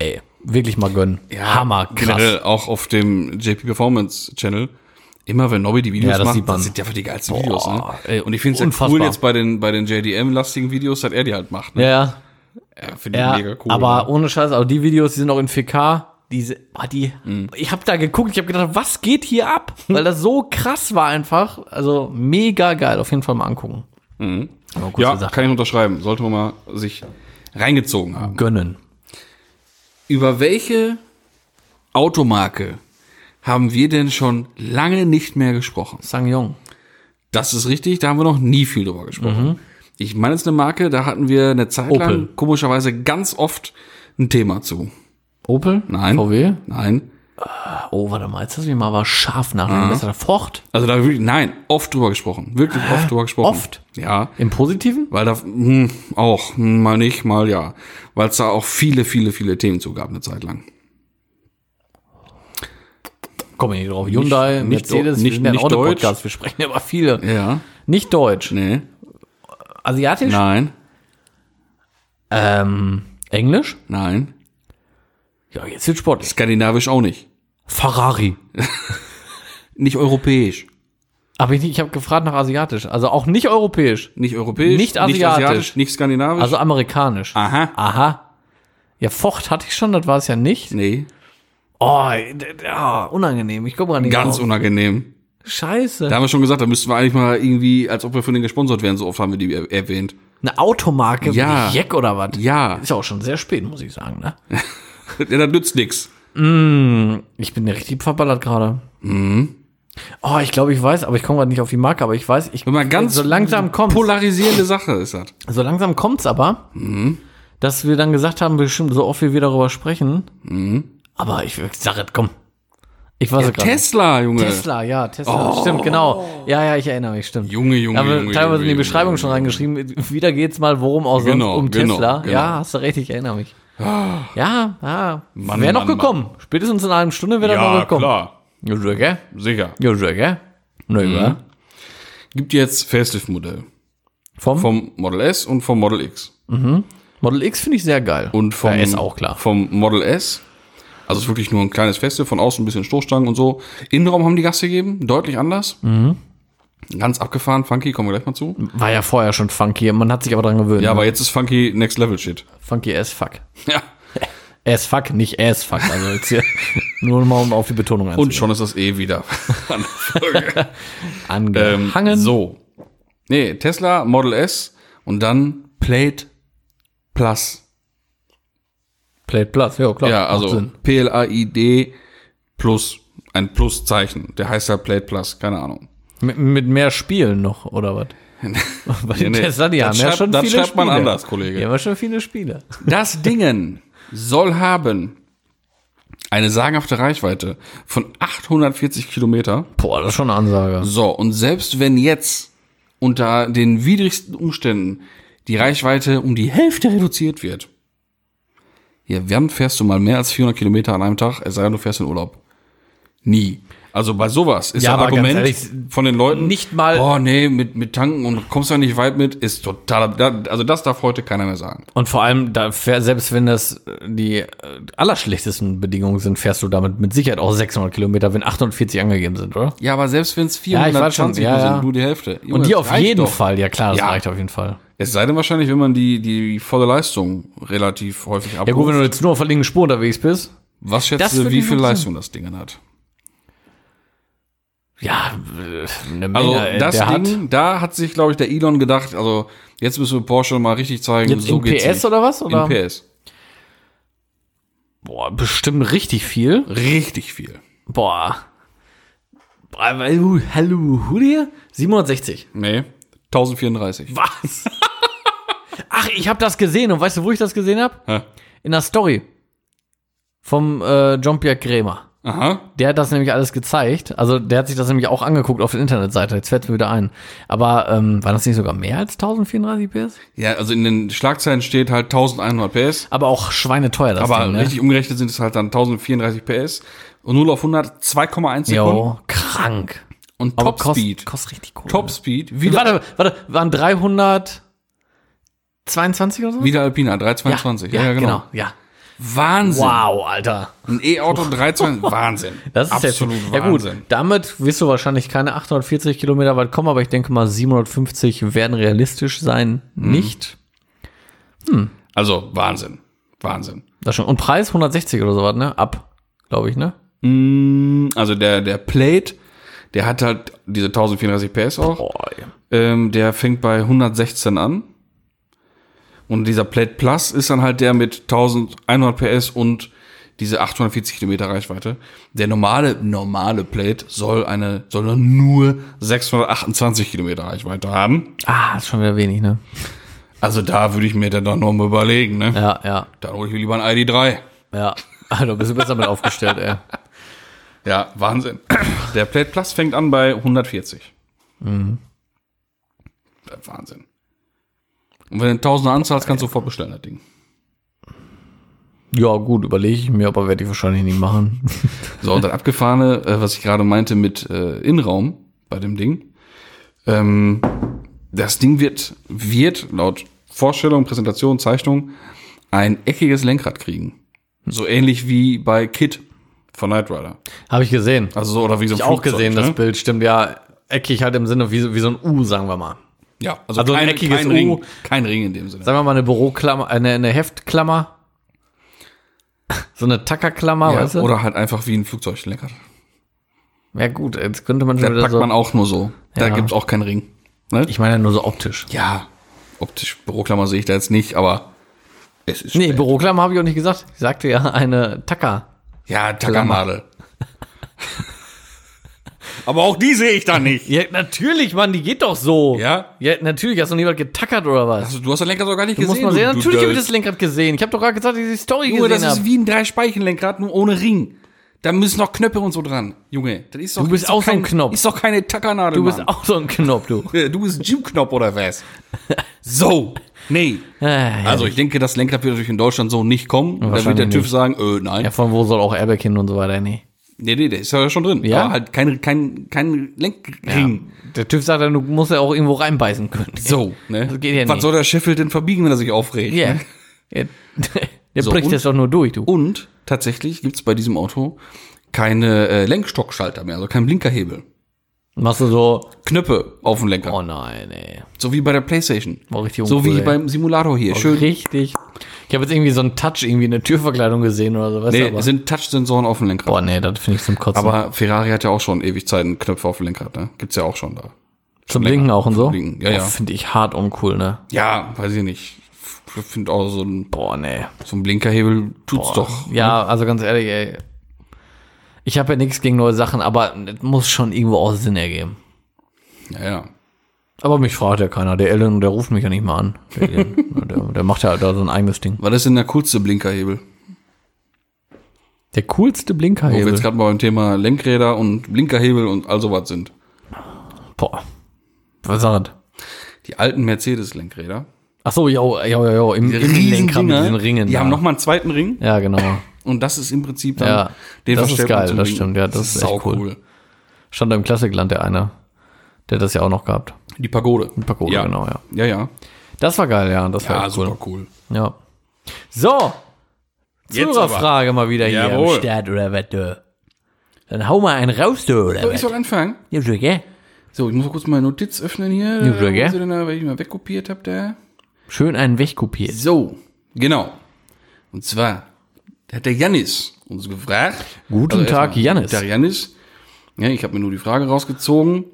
ey, wirklich mal gönnen. Hammer,
Mhm.
krass.
Generell auch auf dem JP Performance Channel. Immer wenn Nobby die Videos
Ja, das
macht,
sieht man.
das sind ja für die geilsten
Boah,
Videos. Ne?
ey,
und ich finde es ja cool
unfassbar.
jetzt bei den, bei den JDM-lastigen Videos, dass er die halt macht. Ne?
Ja, ja,
Ja, finde ich
Ja,
mega cool.
aber
ne?
ohne Scheiß, also die Videos, die sind auch in 4K. Diese, ah, die,
Mhm.
ich habe da geguckt, ich habe gedacht, was geht hier
[LAUGHS]
ab? Weil das so krass war einfach. Also mega geil, auf jeden Fall mal angucken. Mal kurz
Mhm. ja,
gesagt,
kann ich unterschreiben. Sollte man mal sich reingezogen haben.
gönnen.
Über welche Automarke haben wir denn schon lange nicht mehr gesprochen?
Sang Yong.
Das ist richtig, da haben wir noch nie viel drüber gesprochen. Ich meine, es ist eine Marke, da hatten wir eine Zeit lang
Mhm. Opel.
komischerweise ganz oft ein Thema zu.
Opel?
Nein.
VW?
Nein.
Oh, warte mal, jetzt lass mich mal aber scharf
Mhm.
nachdenken. Besser Ford?
Also da wirklich, nein, oft drüber gesprochen. Wirklich oft drüber gesprochen.
Oft?
Ja.
Im Positiven?
Weil da hm, auch, hm, mal nicht, mal ja. Weil es da auch viele, viele, viele Themen zu gab eine Zeit lang.
Komm ich nicht drauf. Hyundai,
nicht do-
Mercedes, wir
nicht-
sind ja ein
nicht
Autopodcast, wir sprechen ja über viele.
Ja.
Nicht deutsch.
Nee.
Asiatisch?
Nein.
Ähm, Englisch?
Nein.
Ja, jetzt wird sportlich.
Skandinavisch auch nicht.
Ferrari.
Nicht europäisch.
Aber ich, ich habe gefragt nach asiatisch, also auch nicht europäisch,
Nicht europäisch.
Nicht
Nicht,
asiatisch.
nicht skandinavisch.
also amerikanisch.
Aha.
Aha. Ja, Focht hatte ich schon, das war es ja nicht.
Nee.
Oh, d- d- ah, unangenehm. Ich komme gar nicht
Ganz
drauf.
unangenehm.
Scheiße.
Da haben wir schon gesagt, da müssten wir eigentlich mal irgendwie, als ob wir von denen gesponsert wären, so oft haben wir die er erwähnt.
Eine Automarke,
Ja.
wie Jack oder was? [LAUGHS]
Ja,
Ist ja auch schon sehr spät, muss ich sagen, ne?
ja das nützt nix.
Ich bin ja richtig verballert gerade. Mhm. Oh, ich glaube, ich weiß, aber ich komme gerade nicht auf die Marke, aber ich weiß, ich
Wenn man ganz
so langsam kommt.
polarisierende Sache ist das.
So langsam kommt's aber,
Mhm.
dass wir dann gesagt haben, bestimmt so oft wie wir darüber sprechen. Aber ich, ich sag es, komm. Ich weiß es gerade. nicht.
Mhm. Tesla, Junge.
Also Tesla, ja, Tesla, stimmt, genau. Ja, ja, ich erinnere mich, stimmt.
Junge, Junge,
Da haben wir
Junge,
teilweise
Junge,
in die
Junge,
Beschreibung
Junge,
schon reingeschrieben, wieder geht's mal worum auch sonst
Genau,
um
genau,
Tesla.
genau. Ah.
Ja, hast du recht, ich erinnere mich. Ja, ja,
Mann,
wäre noch
Mann, Mann.
gekommen. Spätestens in einer halben Stunde wäre er noch
Ja,
gekommen.
klar.
Ja, sicher, gell?
Sicher.
Ja, sicher, gell? Nö, mhm.
Gibt jetzt Facelift-Modell.
Vom,
Vom Model S und vom Model X.
Model X finde ich sehr geil.
Und vom,
ja, ist auch klar.
vom Model S. Also es ist wirklich nur ein kleines Feste, von außen ein bisschen Stoßstangen und so. Innenraum haben die Gas gegeben, deutlich anders.
Mhm.
Ganz abgefahren, funky, kommen wir gleich mal zu.
War ja vorher schon funky, man hat sich aber dran gewöhnt. ne?
Ja, aber jetzt ist funky Next Level Shit. [LAUGHS]
Funky as fuck.
Ja.
As fuck, nicht as fuck. Also
[LAUGHS]
jetzt hier nur mal um auf die Betonung
Und schon ist das eh wieder [LAUGHS] an der Folge. Ähm,
angehangen.
So. Nee, Tesla, Model S und dann Plate Plus.
Plate Plus, ja klar.
Ja,
macht
also
Sinn.
PLAID Plus. Ein Pluszeichen. Der heißt halt Plate Plus, keine Ahnung. [LAUGHS]
Mit, mit mehr Spielen noch, oder was? [LAUGHS] Weil die
nee.
Tesla, die
Das
haben ja
schreibt-
schon
das
viele
schreibt man
Spiele.
anders, Kollege.
Die haben ja schon viele Spiele.
Das Dingen soll haben eine sagenhafte Reichweite von 840 Kilometer.
Boah, das ist schon eine Ansage.
So, und selbst wenn jetzt unter den widrigsten Umständen die Reichweite um die Hälfte reduziert wird, ja, wann fährst du mal mehr als 400 Kilometer an einem Tag, es sei denn, du fährst in Urlaub? Nie. Also bei sowas ist
Ja,
ein
aber ganz
Argument
ehrlich,
von den Leuten
nicht mal-
Boah, nee, mit, mit tanken und kommst ja nicht weit mit, ist total. da- Also das darf heute keiner mehr sagen.
Und vor allem, da fähr, selbst wenn das äh, die äh, allerschlechtesten Bedingungen sind, fährst du damit mit Sicherheit auch 600 Kilometer, wenn 48 angegeben sind, oder?
Ja, aber selbst wenn es
ich weiß
420
schon, ja,
nur
ja.
sind, nur die Hälfte. Junge,
Und die
das
auf
reicht
jeden
doch.
Fall, ja klar, das
Ja.
reicht auf jeden Fall.
Es sei denn wahrscheinlich, wenn man die, die volle Leistung relativ häufig abruft.
Ja gut, wenn du jetzt nur auf der linken Spur unterwegs bist.
Was schätzt
Das
du,
würde
wie
mich
viel
interessieren.
Leistung das Ding hat?
Ja, äh, eine
Also
Menge. ey.
das
der
Ding, da hat sich, glaube ich, der Elon gedacht, also jetzt müssen wir Porsche mal richtig zeigen,
Jetzt in
geht's
PS
nicht.
oder was? Oder?
In PS.
Boah, bestimmt richtig viel.
Richtig viel.
Boah. Boah, Hallo, hallo, Hudia? 760.
Nee, 1034.
Was? [LAUGHS] Ach, ich habe das gesehen. Und weißt du, wo ich das gesehen habe?
Hä?
In der Story. Vom äh, Jean-Pierre Krämer.
Aha.
Der hat das nämlich alles gezeigt. Also der hat sich das nämlich auch angeguckt auf der Internetseite. Jetzt fällt mir wieder ein. Aber ähm, waren das nicht sogar mehr als 1034 PS?
Ja, also in den Schlagzeilen steht halt 1100 PS,
Aber auch schweineteuer das
aber
Ding, ne?
richtig umgerechnet sind es halt dann 1034 PS und 0 auf 100 2,1 Sekunden
Jo, krank.
und
Aber
Top
kost-
Speed.
Kostet richtig cool.
Top Speed wieder
Warte, warte, waren 322 oder so?
wieder Alpina 322.
Ja, ja, genau. ja.
Wahnsinn.
Wow, Alter.
Ein E-Auto
[LAUGHS]
322 Wahnsinn.
Das ist jetzt
absolut
ja gut.
Wahnsinn.
Damit wirst du wahrscheinlich keine 840 Kilometer weit kommen, aber ich denke mal 750 werden realistisch sein. Nicht.
Also Wahnsinn. Wahnsinn.
Das schon. Und Preis 160 oder so was, ne? Ab, glaube ich, ne?
Also der, der Plate, der hat halt diese 1034 PS auch.
Boah, ja.
Ähm, der fängt bei 116 an. Und dieser Plate Plus ist dann halt der mit 1100 PS und diese 840 Kilometer Reichweite. Der normale, normale Plate soll eine, soll nur 628 Kilometer Reichweite haben.
Ah, ist schon wieder wenig, ne?
Also da würde ich mir dann doch noch mal überlegen, ne?
Ja, ja,
Dann hole ich mir lieber ein ID3.
ja. Also bist du besser mit aufgestellt, ey.
Ja, Wahnsinn. Der Plate Plus fängt an bei 140. Ja, Wahnsinn. Und wenn du 1000 anzahlst, kannst du sofort bestellen, das Ding.
Ja, gut, überlege ich mir, aber werde ich wahrscheinlich nicht machen.
So, und das Abgefahrene, äh, was ich gerade meinte mit äh, Innenraum bei dem Ding. Ähm, das Ding wird, wird laut Vorstellung, Präsentation, Zeichnung ein eckiges Lenkrad kriegen. So ähnlich wie bei Kid von Knight Rider.
Habe ich gesehen.
Also so, oder wie so ein
Ich auch gesehen,
ne?
das Bild, stimmt, ja. Eckig halt im Sinne wie, so- wie so ein U, sagen wir mal.
Ja, also,
Also ein
kein,
eckiges
kein
U.
Ring, kein Ring in dem Sinne.
Sagen wir mal eine Büroklammer, eine, eine Heftklammer. So eine Tackerklammer,
Ja,
weißt du?
Oder halt einfach wie ein Flugzeuglenkrad.
ja, gut, jetzt könnte man
Da
schon wieder
packt
so.
man auch nur so. Da
Ja.
gibt's auch keinen Ring. Ne?
Ich meine ja nur so optisch.
Ja, optisch Büroklammer sehe ich da jetzt nicht, aber es ist.
Nee, Büroklammer habe ich auch nicht gesagt. Ich sagte ja eine Tacker.
Ja,
[LAUGHS]
Tackermadel. aber auch die sehe ich da nicht.
Ja, natürlich, Mann, die geht doch so.
Ja?
Ja, natürlich, hast du niemand getackert oder was?
Also, du hast das Lenkrad doch gar nicht
Du
gesehen.
musst mal sehen.
du-
Natürlich
du
habe ich das Lenkrad gesehen. Ich habe doch gerade gesagt, dass ich die Story
Junge, das
gesehen
ist
habe.
wie ein Drei-Speichen-Lenkrad, nur ohne Ring. Da müssen noch Knöpfe und so dran. Junge, das ist doch
Du bist
ist doch
auch so ein Knopf.
Ist doch keine Tackernadel.
Du bist
Mann.
auch so ein Knopf, du.
Äh, Du bist Jim-Knopf oder was? So, nee.
Ah, ja.
Also ich denke, das Lenkrad wird natürlich in Deutschland so nicht kommen. Da wird der
Wahrscheinlich
TÜV
nicht.
sagen, äh, nein.
Ja, von wo soll auch Airbag hin und so weiter, nee.
Nee, nee, der ist ja schon drin.
Ja?
Aber halt kein, kein, kein Lenkring.
Der TÜV sagt dann, du musst ja auch irgendwo reinbeißen können.
So, ne?
Das geht ja
Was
nicht.
soll der Sheffield denn verbiegen, wenn er sich aufregt?
[LAUGHS]
ne?
Ja. [LAUGHS] Ja. Der
So,
bricht
und-
das doch nur durch, du.
Und tatsächlich gibt's bei diesem Auto keine äh, Lenkstockschalter mehr, also kein Blinkerhebel.
Machst du so,
Knöpfe auf dem Lenker.
oh nein, ey.
So wie bei der Playstation.
War richtig
so wie
uncool, ey.
beim Simulator
Oh,
hier. Schön.
Richtig. Ich habe jetzt irgendwie so einen Touch, irgendwie eine Türverkleidung gesehen oder so, weißt
Nee,
du, aber.
es äh, sind Touchsensoren auf dem Lenkrad.
Boah, nee, das finde ich zum Kotzen.
Aber Ferrari hat ja auch schon ewig Zeiten Knöpfe auf dem Lenkrad, ne? Gibt's ja auch schon da.
zum Blinken auch und so?
Blinken, ja, ja.
Finde ich hart uncool, ne?
Ja, weiß ich nicht. Ich finde auch so ein,
Boah, nee.
so ein Blinkerhebel tut's doch.
Ja, also ganz ehrlich, ey. Ich habe ja nichts gegen neue Sachen, aber es muss schon irgendwo auch Sinn ergeben.
Ja, ja.
Aber mich fragt ja keiner. Der Ellen, der ruft mich ja nicht mal an. Der, [LAUGHS] Elon, der, der macht ja da so ein eigenes Ding.
Was ist denn der coolste Blinkerhebel?
Der
Wo
coolste
wir
Blinkerhebel.
jetzt gerade mal beim Thema Lenkräder und Blinkerhebel und all sowas sind.
Boah. Was sagt das?
Die alten Mercedes-Lenkräder.
Ach so, ja, ja, ja, ja. Im, im Lenkrad mit diesen Ringen.
Die
ja.
haben nochmal einen zweiten Ring
Ja, genau.
und das ist im Prinzip dann
Ja, das ist
verstellt man
geil,
zum
das
Ring.
stimmt, ja, das ist echt
saucool.
Stand da im Klassikland der eine. Der hat das ja auch noch gehabt.
Die Pagode. Die
Pagode,
ja.
genau, ja.
Ja, ja.
Das war geil, ja. Das
Ja,
war echt cool.
super cool.
Ja. So.
Jetzt
Zuhörerfrage mal wieder hier
Jawohl.
am Start, oder was, du? Dann hau mal einen raus, du, oder
So, ich
was?
soll anfangen.
Ja, so, gell?
So, ich muss mal kurz meine Notiz öffnen hier.
Ja, sehr
Wo
gerne.
sie denn da, weil ich mal wegkopiert habe, da.
Schön einen wegkopiert.
So, genau. Und zwar hat der Jannis uns gefragt. Also
Guten Tag,
erstmal,
Jannis.
Der Jannis. Ja, ich habe mir nur die Frage rausgezogen.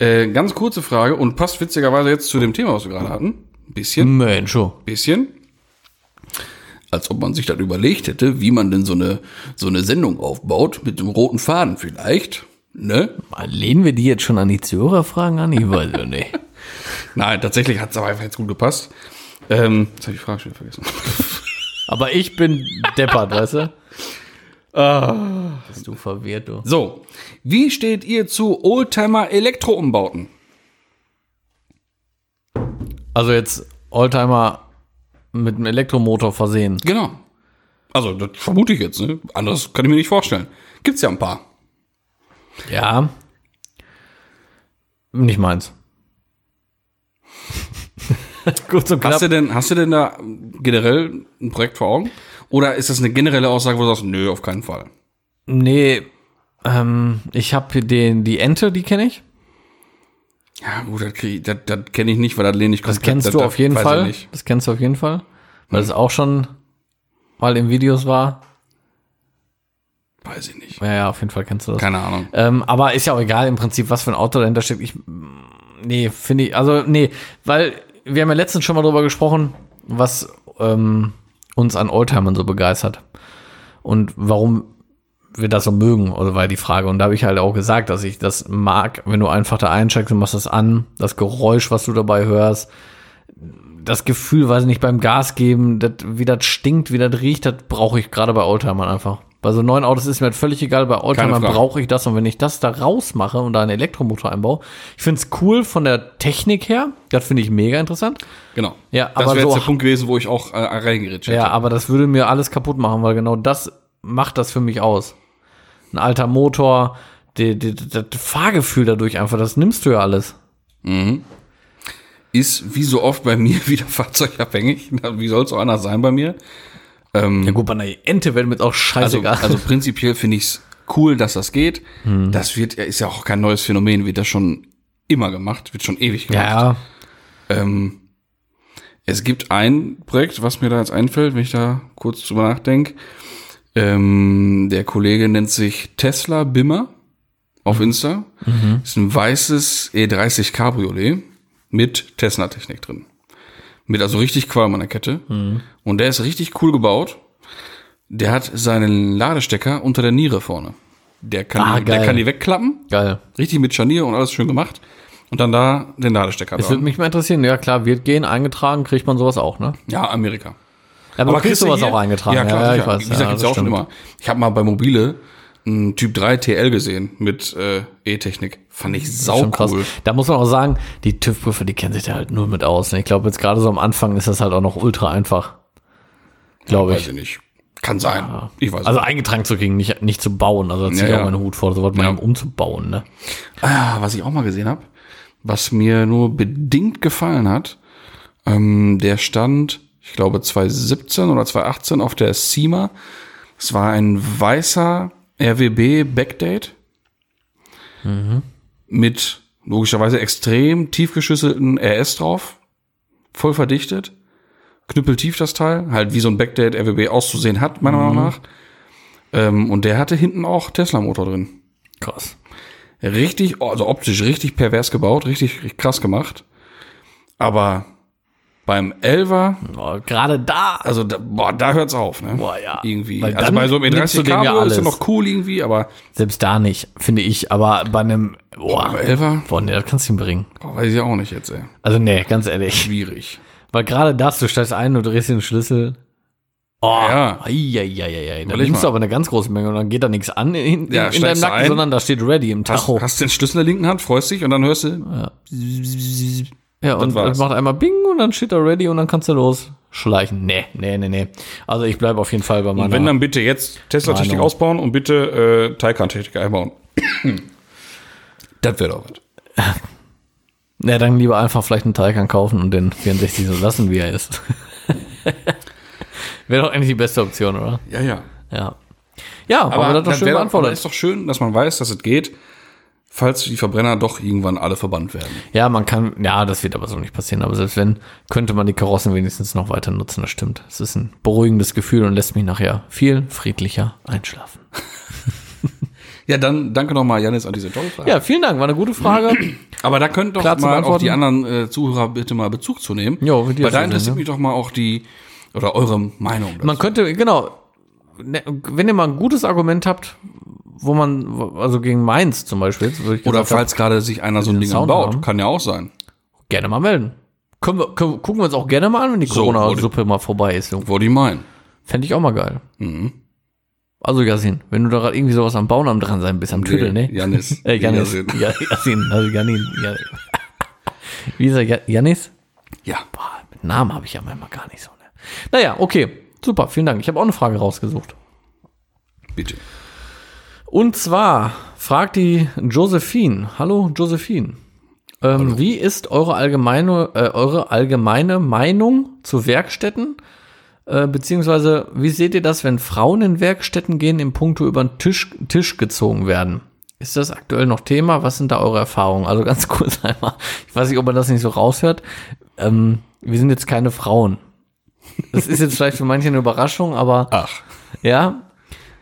Äh, ganz kurze Frage und passt witzigerweise jetzt zu dem Thema, was wir gerade hatten. Ein bisschen,
Mensch, oh.
bisschen. Als ob man sich dann überlegt hätte, wie man denn so eine, so eine Sendung aufbaut, mit dem roten Faden vielleicht. Ne?
Mal Lehnen wir die jetzt schon an die Zuhörerfragen an? Ich weiß ja nicht.
Nein, tatsächlich hat es aber einfach jetzt gut gepasst. Ähm, jetzt habe ich die Frage schon wieder vergessen.
Aber ich bin deppert, weißt du? Bist du verwirrt, du.
So, wie steht ihr zu Oldtimer-Elektroumbauten?
Also jetzt Oldtimer mit einem Elektromotor versehen.
Genau. Also, das vermute ich jetzt. Ne? Anders kann ich mir nicht vorstellen. Gibt's ja ein paar.
Ja. Nicht [LAUGHS] meins. Kurz und
Hast du, denn, hast du denn da generell ein Projekt vor Augen? Oder ist das eine generelle Aussage, wo du sagst, nö, auf keinen Fall?
Nee, ähm, ich habe den, die Ente, die kenne ich.
Ja, gut, das, krieg ich- das, das kenne ich nicht, weil das lehne ich
Das kennst du auf jeden
weiß ich
Fall.
nicht.
Das kennst du auf jeden Fall. Weil es auch schon mal in Videos war.
Weiß ich nicht.
Ja, ja, auf jeden Fall kennst du das.
Keine Ahnung.
Ähm, aber ist ja auch egal im Prinzip, was für ein Auto dahinter steckt. Ich, mm, nee, finde ich, also nee, weil wir haben ja letztens schon mal drüber gesprochen, was ähm, uns an Oldtimern so begeistert und warum wir das so mögen, oder war die Frage. Und da habe ich halt auch gesagt, dass ich das mag, wenn du einfach da einsteigst und machst das an, das Geräusch, was du dabei hörst, das Gefühl, weiß ich nicht, beim Gas geben, das, wie das stimmt, wie das riecht, das brauche ich gerade bei Oldtimern einfach. Bei so neuen Autos ist mir das völlig egal, bei Oldtimern
Frage.
brauche ich das. Und wenn ich das da rausmache und da einen Elektromotor einbaue, ich finde es cool von der Technik her, das finde ich mega interessant.
Genau.
Ja,
das
aber
wäre
so-
jetzt der Punkt gewesen, wo ich auch äh, reingeredet hätte.
Ja, aber das würde mir alles kaputt machen, weil genau das macht das für mich aus. Ein alter Motor, die, die, die, das Fahrgefühl dadurch einfach, das nimmst du ja alles.
Ist wie so oft bei mir [LAUGHS] wieder fahrzeugabhängig. Na, Wie soll es auch anders sein bei mir?
Ja gut, bei einer Ente wäre mir jetzt auch
Mhm. Also,
scheißegal. Hm.
also prinzipiell finde ich es cool, dass das geht. Das wird, ja- ist ja auch kein neues Phänomen, wird das schon immer gemacht, wird schon ewig gemacht.
[LAUGHS] ja,
Ähm, es gibt ein Projekt, was mir da jetzt einfällt, wenn ich da kurz drüber nachdenke. Ähm, der Kollege nennt sich Tesla Bimmer auf Insta.
Mhm.
Ist ein weißes E30 Cabriolet mit Tesla-Technik drin. Mit also richtig Qualm an der Kette.
Mhm.
Und der ist richtig cool gebaut. Der hat seinen Ladestecker unter der Niere vorne. Der kann,
Ah,
die, der
geil.
kann die wegklappen.
geil.
Richtig mit Scharnier und alles schön gemacht. Und dann da den Ladestecker
Das würde mich mal interessieren. Ja klar, wird gehen, eingetragen, kriegt man sowas auch, ne?
ja, Amerika.
Aber, du kriegst
du
sowas
hier-
auch eingetragen.
Ja, klar, ja,
ich weiß.
Wie gesagt,
ja,
gibt's
das
ja auch schon
stimmt.
immer. Ich habe mal bei Mobile einen Typ 3 TL gesehen mit äh, E-Technik. Fand ich sau
Schon krass.
cool.
Da muss man auch sagen, die TÜV-Prüfer, die kennen sich da halt nur mit aus. ne? Ich glaube, jetzt gerade so am Anfang ist das halt auch noch ultra einfach. Glaube ich.
Weiß ich nicht. Kann sein. Ich weiß
Also eingetragen zu kriegen, nicht, nicht zu bauen. Also da ziehe
Ja,
ich
ja.
auch meinen Hut vor, sowas
Ja.
ja. umzubauen. Ne?
Ah, was ich auch mal gesehen habe, was mir nur bedingt gefallen hat, ähm, der stand, ich glaube, 2017 oder 2018 auf der SEMA. Es war ein weißer RWB Backdate mit logischerweise extrem tiefgeschüsselten RS drauf, voll verdichtet, knüppeltief das Teil, halt wie so ein Backdate RWB auszusehen hat, meiner Meinung nach. Ähm, und der hatte hinten auch Tesla-Motor drin
Krass.
richtig, also optisch richtig pervers gebaut, richtig krass gemacht. Aber beim Elver,
Boah, gerade da.
also da, boah, da hört's auf, ne?
Boah, ja.
Irgendwie.
Weil
also
dann
bei so einem
nimmst du
E30
dem ja
Cabrio ist ja
alles.
noch cool irgendwie, aber
Selbst da nicht, finde ich. Aber bei einem. Boah,
beim Elver,
boah nee, das kannst du ihm bringen.
boah, weiß ich auch nicht jetzt, ey.
Also, nee, ganz ehrlich.
Schwierig.
Weil gerade das, du steigst ein, du drehst den Schlüssel. Oh,
Ja.
Eieieiei. Da
Überleg
nimmst
mal.
du aber eine ganz große Menge und dann geht da nichts an in, in,
Ja,
in deinem
steigst du
Nacken,
ein,
sondern da steht ready im
Hast,
Tacho.
hast den Schlüssel in der linken Hand, freust dich und dann hörst du,
ja, und
war's.
das macht einmal Bing und dann steht da ready und dann kannst du los schleichen. Nee, nee, nee, nee. Also ich bleibe auf jeden Fall bei meiner.
wenn dann bitte jetzt Tesla-Technik
Meinung.
ausbauen und bitte äh, Taycan-Technik einbauen. das wäre doch was.
nee, dann lieber einfach vielleicht einen Taycan kaufen und den 64 so lassen, wie er ist. [LAUGHS] Wäre doch eigentlich die beste Option, oder?
Ja, ja.
Ja. Ja, aber,
Aber
das hat doch schön
wär-
beantwortet.
aber ist doch schön, dass man weiß, dass es geht, falls die Verbrenner doch irgendwann alle verbannt werden.
Ja, man kann, ja, das wird aber so nicht passieren. Aber selbst wenn, könnte man die Karossen wenigstens noch weiter nutzen. Das stimmt. Es ist ein beruhigendes Gefühl und lässt mich nachher viel friedlicher einschlafen.
Ja, dann danke nochmal, Janis, an diese tolle Frage.
Ja, vielen Dank. War eine gute [CLEARS THROAT] Frage.
Aber da könnt doch
Klar zu
mal auch die
beantworten.
anderen äh, Zuhörer bitte mal Bezug zu nehmen.
Jo, wird die
Weil da
auch
interessiert
sehen,
mich doch mal auch die, oder eure Meinung. dazu.
Man könnte, genau, ne, wenn ihr mal ein gutes Argument habt, wo man, wo- also gegen Mainz zum Beispiel, jetzt, wo ich
oder
gesagt hab,
falls gerade sich einer so ein Ding
Sound
anbaut,
haben.
kann ja auch sein.
gerne mal melden. Können wir, können, gucken wir uns auch gerne mal an, wenn die
So,
Corona-Suppe mal vorbei ist.
Wollte ich meinen.
Fände ich auch mal geil. Also Yasin, wenn du da gerade irgendwie sowas am Bauen am dran sein bist, am Tüdel, ne?
Janis.
[LAUGHS] Äh, Janis.
Yasin.
Ja, Yasin, also Janin. Ja. [LAUGHS] Wie ist er? Ja- Janis?
Ja.
Boah, mit Namen habe ich ja manchmal gar nicht so. Ne? Naja, okay. Super, vielen Dank. Ich habe auch eine Frage rausgesucht.
Bitte.
Und zwar fragt die Josephine. Hallo, Josephine. Ähm, Wie ist eure allgemeine, äh, eure allgemeine Meinung zu Werkstätten? Äh, beziehungsweise, wie seht ihr das, wenn Frauen in Werkstätten gehen, im Punkto über den Tisch, Tisch gezogen werden? Ist das aktuell noch Thema? Was sind da eure Erfahrungen? Also ganz [LAUGHS] kurz einmal. Ich weiß nicht, ob man das nicht so raushört. Ähm, wir sind jetzt keine Frauen. Das ist jetzt vielleicht für manche eine Überraschung, aber
Ach.
ja,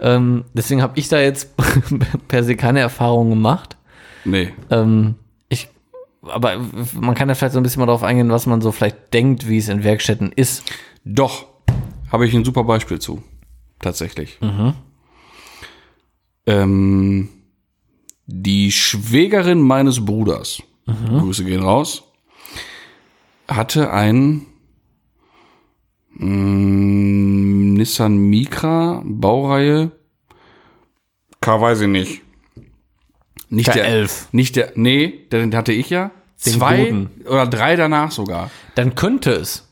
ähm, deswegen habe ich da jetzt [LAUGHS] per se keine Erfahrung gemacht.
Nee.
Ähm, ich, aber man kann ja vielleicht so ein bisschen mal darauf eingehen, was man so vielleicht denkt, wie es in Werkstätten ist.
Doch, habe ich ein super Beispiel zu. Tatsächlich.
Mhm.
Ähm, die Schwägerin meines Bruders,
Mhm.
Grüße gehen raus, hatte ein mm, Nissan Micra Baureihe. K weiß ich nicht. Nicht der,
K11.
Nicht der, nee, den hatte ich ja.
Den
Zwei
guten.
oder drei danach sogar.
Dann könnte es,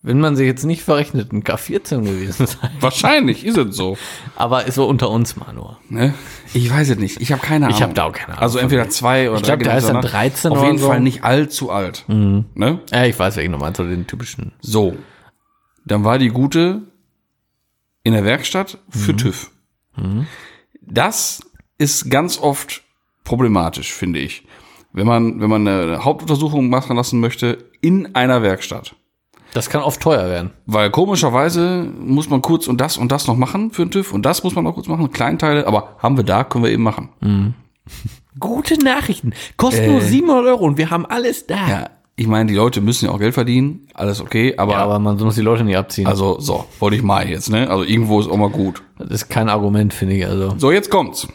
wenn man sich jetzt nicht verrechnet, ein K14 gewesen sein.
Wahrscheinlich ist es so.
[LAUGHS] Aber ist so unter uns mal nur.
Ne? Ich weiß es nicht. Ich habe keine Ahnung.
Ich hab da auch keine Ahnung
Also entweder zwei oder ich
glaub, da ist dann 13
Auf
oder
jeden
so. Mhm.
Fall nicht allzu alt. Ne?
Ja, ich weiß, welchen nochmal, so den typischen.
So. Dann war die gute in der Werkstatt für
Mhm.
TÜV. Das ist ganz oft problematisch, finde ich. Wenn man, wenn man eine Hauptuntersuchung machen lassen möchte in einer Werkstatt.
Das kann oft teuer werden.
Weil komischerweise muss man kurz und das und das noch machen für den TÜV und das muss man noch kurz machen, Kleinteile, aber haben wir da, können wir eben machen.
Gute Nachrichten. Kostet nur 700 Euro und wir haben alles da.
Ja, ich meine, die Leute müssen ja auch Geld verdienen, alles okay, aber,
Ja, aber man muss die Leute nicht abziehen.
also so, wollte ich mal jetzt, ne? Also irgendwo ist auch mal gut.
das ist kein Argument, finde ich. Also.
So, jetzt kommt's.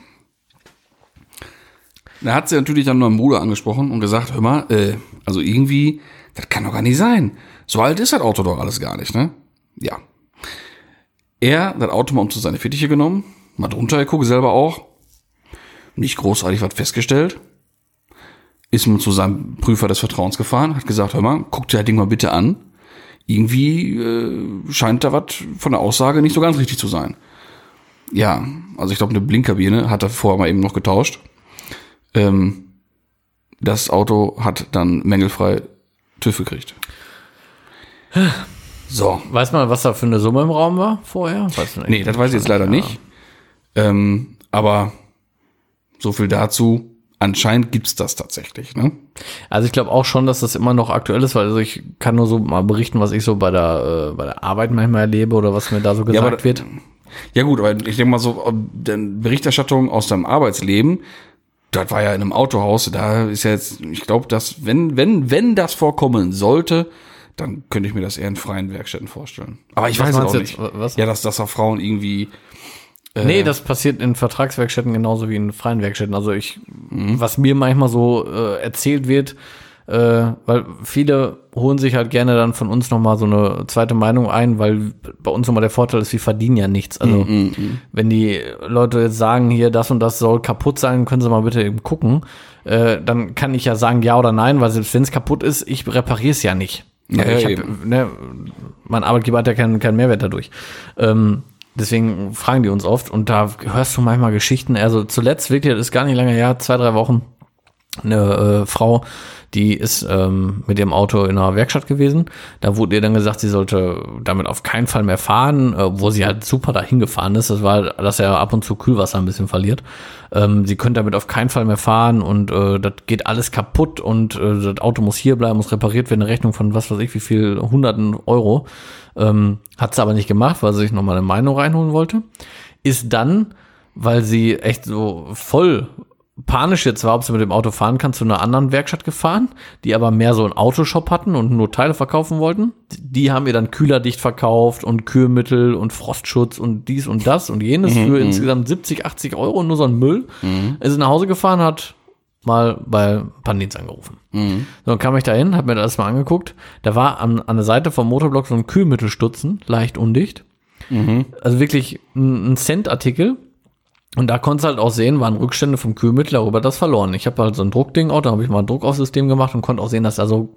Da hat sie natürlich dann meinen Bruder angesprochen und gesagt, hör mal, äh, also irgendwie, das kann doch gar nicht sein. So alt ist das Auto doch alles gar nicht, ne? Ja. Er hat das Auto mal um zu seine Fittiche genommen, mal drunter geguckt, selber auch. Nicht großartig was festgestellt. Ist mal zu seinem Prüfer des Vertrauens gefahren, hat gesagt, hör mal, guck dir das Ding mal bitte an. Irgendwie äh, scheint da was von der Aussage nicht so ganz richtig zu sein. Ja, also ich glaube, eine Blinkkabine hat er vorher mal eben noch getauscht. Ähm, das Auto hat dann mängelfrei TÜV gekriegt. So.
Weiß man, was da für eine Summe im Raum war vorher? Weiß man
Nee, das weiß ich jetzt leider nicht. Ähm, aber so viel dazu. Anscheinend gibt's das tatsächlich. Ne?
Also ich glaube auch schon, dass das immer noch aktuell ist, weil also ich kann nur so mal berichten, was ich so bei der, äh, bei der Arbeit manchmal erlebe oder was mir da so gesagt
aber-
wird.
Ja gut, aber ich denke mal so, ob denn Berichterstattung aus deinem Arbeitsleben, das war ja in einem Autohaus, da ist ja jetzt, ich glaube, dass wenn, wenn, wenn das vorkommen sollte, dann könnte ich mir das eher in freien Werkstätten vorstellen. Aber ich weiß
Was
es auch
meinst du
nicht.
jetzt? Was?
Ja, dass, dass auch Frauen irgendwie, Äh,
nee, das passiert in Vertragswerkstätten genauso wie in freien Werkstätten. Also ich,
Mhm.
was mir manchmal so äh, erzählt wird, äh, weil viele holen sich halt gerne dann von uns nochmal so eine zweite Meinung ein, weil bei uns nochmal der Vorteil ist, wir verdienen ja nichts. Also
Mhm,
wenn die Leute jetzt sagen, hier das und das soll kaputt sein, können sie mal bitte eben gucken, äh, dann kann ich ja sagen ja oder nein, weil selbst wenn es kaputt ist, ich repariere es ja nicht.
Ja,
Also ich hab,
eben.
ne, mein Arbeitgeber hat ja keinen, keinen Mehrwert dadurch. Ähm, deswegen fragen die uns oft und da hörst du manchmal Geschichten. Also zuletzt wirklich, das ist gar nicht lange her, zwei, drei Wochen, eine äh, Frau, die ist ähm, mit ihrem Auto in einer Werkstatt gewesen. Da wurde ihr dann gesagt, sie sollte damit auf keinen Fall mehr fahren, äh, wo sie halt super dahin gefahren ist. Das war, dass er ab und zu Kühlwasser ein bisschen verliert. Ähm, sie könnte damit auf keinen Fall mehr fahren und äh, das geht alles kaputt und äh, das Auto muss hier bleiben, muss repariert werden, eine Rechnung von was weiß ich, wie viel hunderten Euro. Ähm, hat sie aber nicht gemacht, weil sie sich nochmal eine Meinung reinholen wollte. Ist dann, weil sie echt so voll panisch jetzt war, ob sie mit dem Auto fahren kann, zu einer anderen Werkstatt gefahren, die aber mehr so einen Autoshop hatten und nur Teile verkaufen wollten. Die haben ihr dann kühlerdicht verkauft und Kühlmittel und Frostschutz und dies und das und jenes für insgesamt 70, 80 Euro und nur so ein Müll. Ist nach Hause gefahren, hat mal bei Pandits angerufen. So, dann kam ich da hin, hab mir das mal angeguckt. Da war an, an der Seite vom Motorblock so ein Kühlmittelstutzen, leicht undicht. Also wirklich ein, ein Cent-Artikel. Und da konntest du halt auch sehen, waren Rückstände vom Kühlmittel darüber das verloren. Ich habe halt so ein Druckding auch, da habe ich mal ein Druck aufs System gemacht und konnte auch sehen, dass da so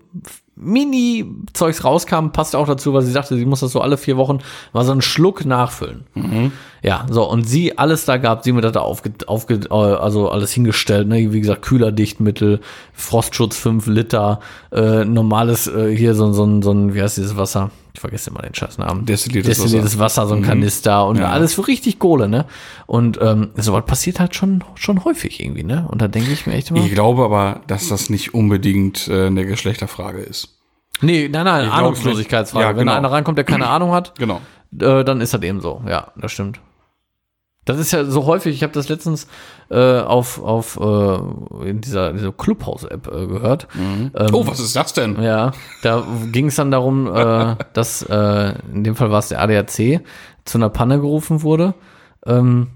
Mini-Zeugs rauskam. Passte auch dazu, weil sie sagte, sie muss das so alle vier Wochen mal so einen Schluck nachfüllen. Ja, so, und sie alles da gab, sie mir das da aufge, aufge, äh, also alles hingestellt, ne? Wie gesagt, Kühlerdichtmittel, Frostschutz 5 Liter, äh, normales, äh, hier so, ein- so, ein- so ein, wie heißt dieses Wasser? Ich vergesse immer den Scheißnamen.
Destilliertes
Destilliertes Wasser,
Mhm.
so ein Kanister und alles für richtig Kohle, ne? Und ähm, sowas passiert halt schon, schon häufig irgendwie, ne? Und da denke ich mir echt immer.
Ich glaube aber, dass das nicht unbedingt äh, eine Geschlechterfrage ist.
nee, nein, nein,
glaub's
Ahnungslosigkeitsfrage.
nicht. Ja,
Wenn da
genau.
einer reinkommt,
[CLEARS THROAT]
der keine Ahnung hat,
Genau.
äh, dann ist das eben so. Ja, das stimmt. Das ist ja so häufig, ich habe das letztens äh, auf, auf äh, in dieser, dieser Clubhouse-App äh, gehört. Ähm,
Oh, was ist das denn?
Ja, da ging es dann darum,
[LAUGHS]
äh, dass äh, in dem Fall war es der ADAC, zu einer Panne gerufen wurde. Ähm,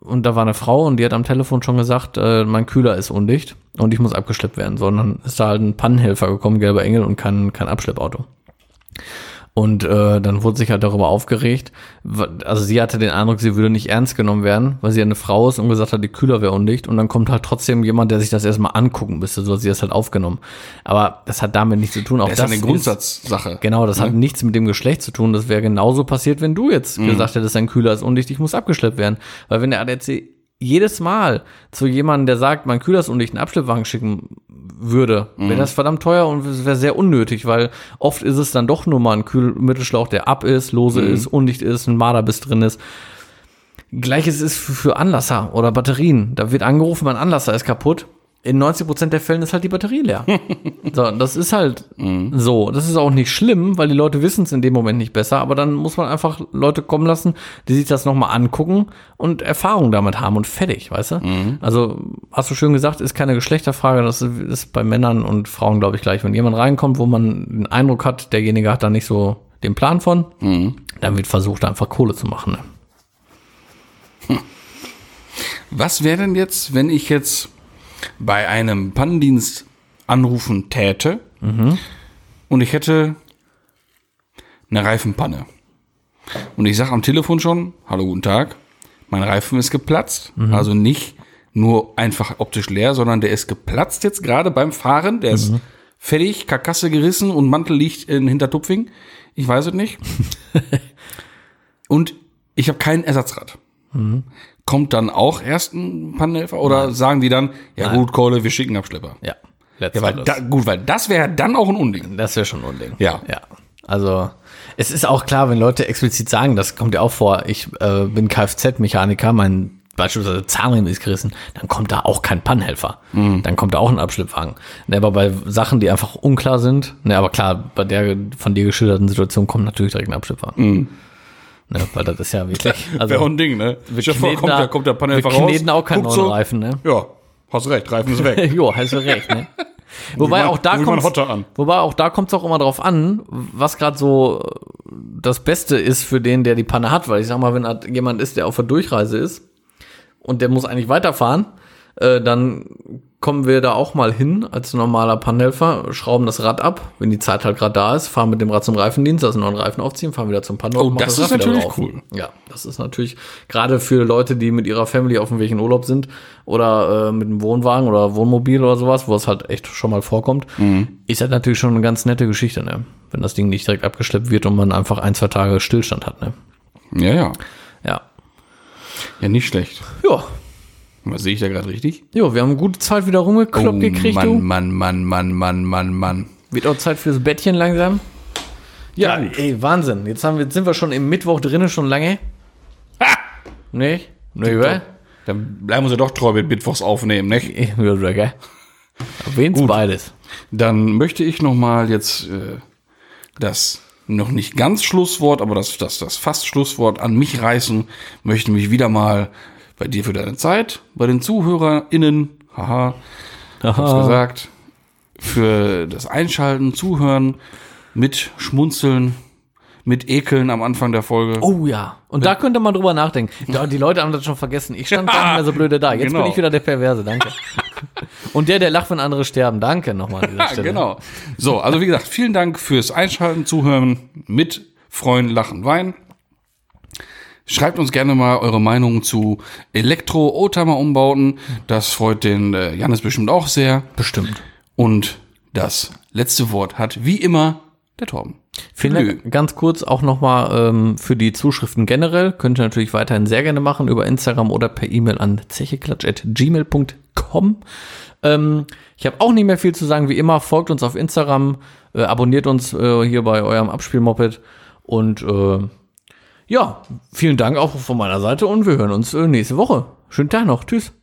und da war eine Frau und die hat am Telefon schon gesagt, äh, mein Kühler ist undicht und ich muss abgeschleppt werden. So, und dann ist da halt ein Pannenhelfer gekommen, gelber Engel und kein, kein Abschleppauto. Und äh, dann wurde sich halt darüber aufgeregt. wa- Also sie hatte den Eindruck, sie würde nicht ernst genommen werden, weil sie eine Frau ist und gesagt hat, die Kühler wäre undicht. Und dann kommt halt trotzdem jemand, der sich das erstmal angucken müsste. So hat sie das halt aufgenommen. Aber das hat damit nichts zu tun. Auch
Das ist
das
eine Grundsatzsache.
Genau, das hat nichts mit dem Geschlecht zu tun. Das wäre genauso passiert, wenn du jetzt gesagt hättest, dein Kühler ist undicht, ich muss abgeschleppt werden. Weil wenn der ADAC jedes Mal zu jemandem, der sagt, mein Kühler ist undicht, einen Abschleppwagen schicken würde, wäre das verdammt teuer und es wäre sehr unnötig, weil oft ist es dann doch nur mal ein Kühlmittelschlauch, der ab ist, lose ist, undicht ist, ein Marderbiss drin ist. Gleiches ist für- für Anlasser oder Batterien. Da wird angerufen, mein Anlasser ist kaputt. In 90% der Fällen ist halt die Batterie leer. so, das ist halt so. Das ist auch nicht schlimm, weil die Leute wissen es in dem Moment nicht besser. Aber dann muss man einfach Leute kommen lassen, die sich das nochmal angucken und Erfahrung damit haben und fertig, weißt du? Also, hast du schön gesagt, ist keine Geschlechterfrage. Das ist bei Männern und Frauen, glaube ich, gleich. Wenn jemand reinkommt, wo man den Eindruck hat, derjenige hat da nicht so den Plan von, dann wird versucht, einfach Kohle zu machen. Ne?
Was wäre denn jetzt, wenn ich jetzt bei einem Pannendienst anrufen täte und ich hätte eine Reifenpanne? Und ich sage am Telefon schon, hallo, guten Tag, mein Reifen ist geplatzt. Also nicht nur einfach optisch leer, sondern der ist geplatzt jetzt gerade beim Fahren. Der ist fertig, Karkasse gerissen und Mantel liegt in Hintertupfing. Ich weiß es nicht. und ich habe kein Ersatzrad kommt dann auch erst ein Pannenhelfer oder sagen die dann, ja gut, Kohle, wir schicken Abschlepper?
Ja,
Ja, weil
letzteres.
da, gut, weil das wäre dann auch ein Unding.
das wäre schon ein Unding.
Ja.
Ja. Also, es ist auch klar, wenn Leute explizit sagen, das kommt ja auch vor, ich äh, bin Kfz-Mechaniker, mein beispielsweise Zahnriemen ist gerissen, dann kommt da auch kein Pannhelfer.
Mhm.
Dann kommt da auch ein Abschleppwagen. Ne, aber bei Sachen, die einfach unklar sind, ne, aber klar, bei der von dir geschilderten Situation kommt natürlich direkt ein Abschleppwagen.
Mhm.
Ne, weil das ist
[LAUGHS]
ja wirklich. Also,
Wäre ein Ding, ne?
wir
Stell dir vor,
kneten
kommt,
da-
da, kommt der Pannenhelfer
wir
raus.
kneten auch keinen
guckt
neuen Reifen, ne?
Ja, hast recht, Reifen ist weg.
jo, hast du
[LAUGHS]
recht, ne? Wobei
man-
auch da
wie man
kommt's-
Hotter an.
wobei auch da kommt es auch immer drauf an, was gerade so äh, das Beste ist für den, der die Panne hat, weil ich sag mal, wenn halt jemand ist, der auf der Durchreise ist und der muss eigentlich weiterfahren, äh, dann kommen wir da auch mal hin als normaler Pannhelfer, schrauben das Rad ab, wenn die Zeit halt gerade da ist, fahren mit dem Rad zum Reifendienst, lassen neuen Reifen aufziehen, fahren wieder zum Pannhof.
Oh,
machen
das ist
Rad wieder
natürlich
drauf.
cool.
Ja, das ist natürlich gerade für Leute, die mit ihrer Family auf dem Weg in Urlaub sind oder äh, mit einem Wohnwagen oder Wohnmobil oder sowas, wo es halt echt schon mal vorkommt,
Mhm.
ist das natürlich schon eine ganz nette Geschichte, ne? Wenn das Ding nicht direkt abgeschleppt wird und man einfach ein, zwei Tage Stillstand hat, ne?
Ja, ja.
[LAUGHS] Ja.
Ja, nicht schlecht.
Ja,
Was sehe ich da gerade richtig?
jo, wir haben eine gute Zeit wieder rumgekloppt gekriegt,
Oh Mann, Mann,
du.
Mann, Mann, Mann, Mann, Mann.
Wird auch Zeit fürs Bettchen langsam. Ja,
Ja, gut.
ey, Wahnsinn. Jetzt, haben wir, jetzt sind wir schon im Mittwoch drinne, schon lange. Ha! Nee? Nee, [LAUGHS] wa?
Dann bleiben wir sie doch treu mit Mittwochs aufnehmen, ne?
Ich würde sagen, erwähnt beides.
Dann möchte ich nochmal jetzt äh, das noch nicht ganz Schlusswort, aber das, das, das fast Schlusswort an mich reißen, möchte mich wieder mal bei dir für deine Zeit, bei den ZuhörerInnen, haha, hab's
Ah.
gesagt, für das Einschalten, Zuhören, mit Schmunzeln, mit Ekeln am Anfang der Folge.
Oh ja. Und da könnte man drüber nachdenken.
[LAUGHS]
Ja, die Leute haben das schon vergessen. Ich stand gar nicht mehr so blöde da. Jetzt
Genau.
bin ich wieder der Perverse, danke.
[LAUGHS]
Und der, der lacht, wenn andere sterben. Danke nochmal
[LAUGHS]
an dieser
Ja,
Stelle.
genau. So, also wie gesagt, vielen Dank fürs Einschalten, Zuhören, mit Freuen, Lachen, Weinen. Schreibt uns gerne mal eure Meinung zu Elektro-Oldtimer-Umbauten. Das freut den äh, Janis bestimmt auch sehr.
Bestimmt.
Und das letzte Wort hat wie immer der Torben.
Vielen Dank. Ganz kurz auch nochmal ähm, für die Zuschriften generell. Könnt ihr natürlich weiterhin sehr gerne machen über Instagram oder per E-Mail an zecheklatsch.gmail.com. Ähm, ich habe auch nicht mehr viel zu sagen. Wie immer, folgt uns auf Instagram, äh, abonniert uns äh, hier bei eurem Abspielmoped und äh, ja, vielen Dank auch von meiner Seite und wir hören uns äh, nächste Woche. Schönen Tag noch. Tschüss.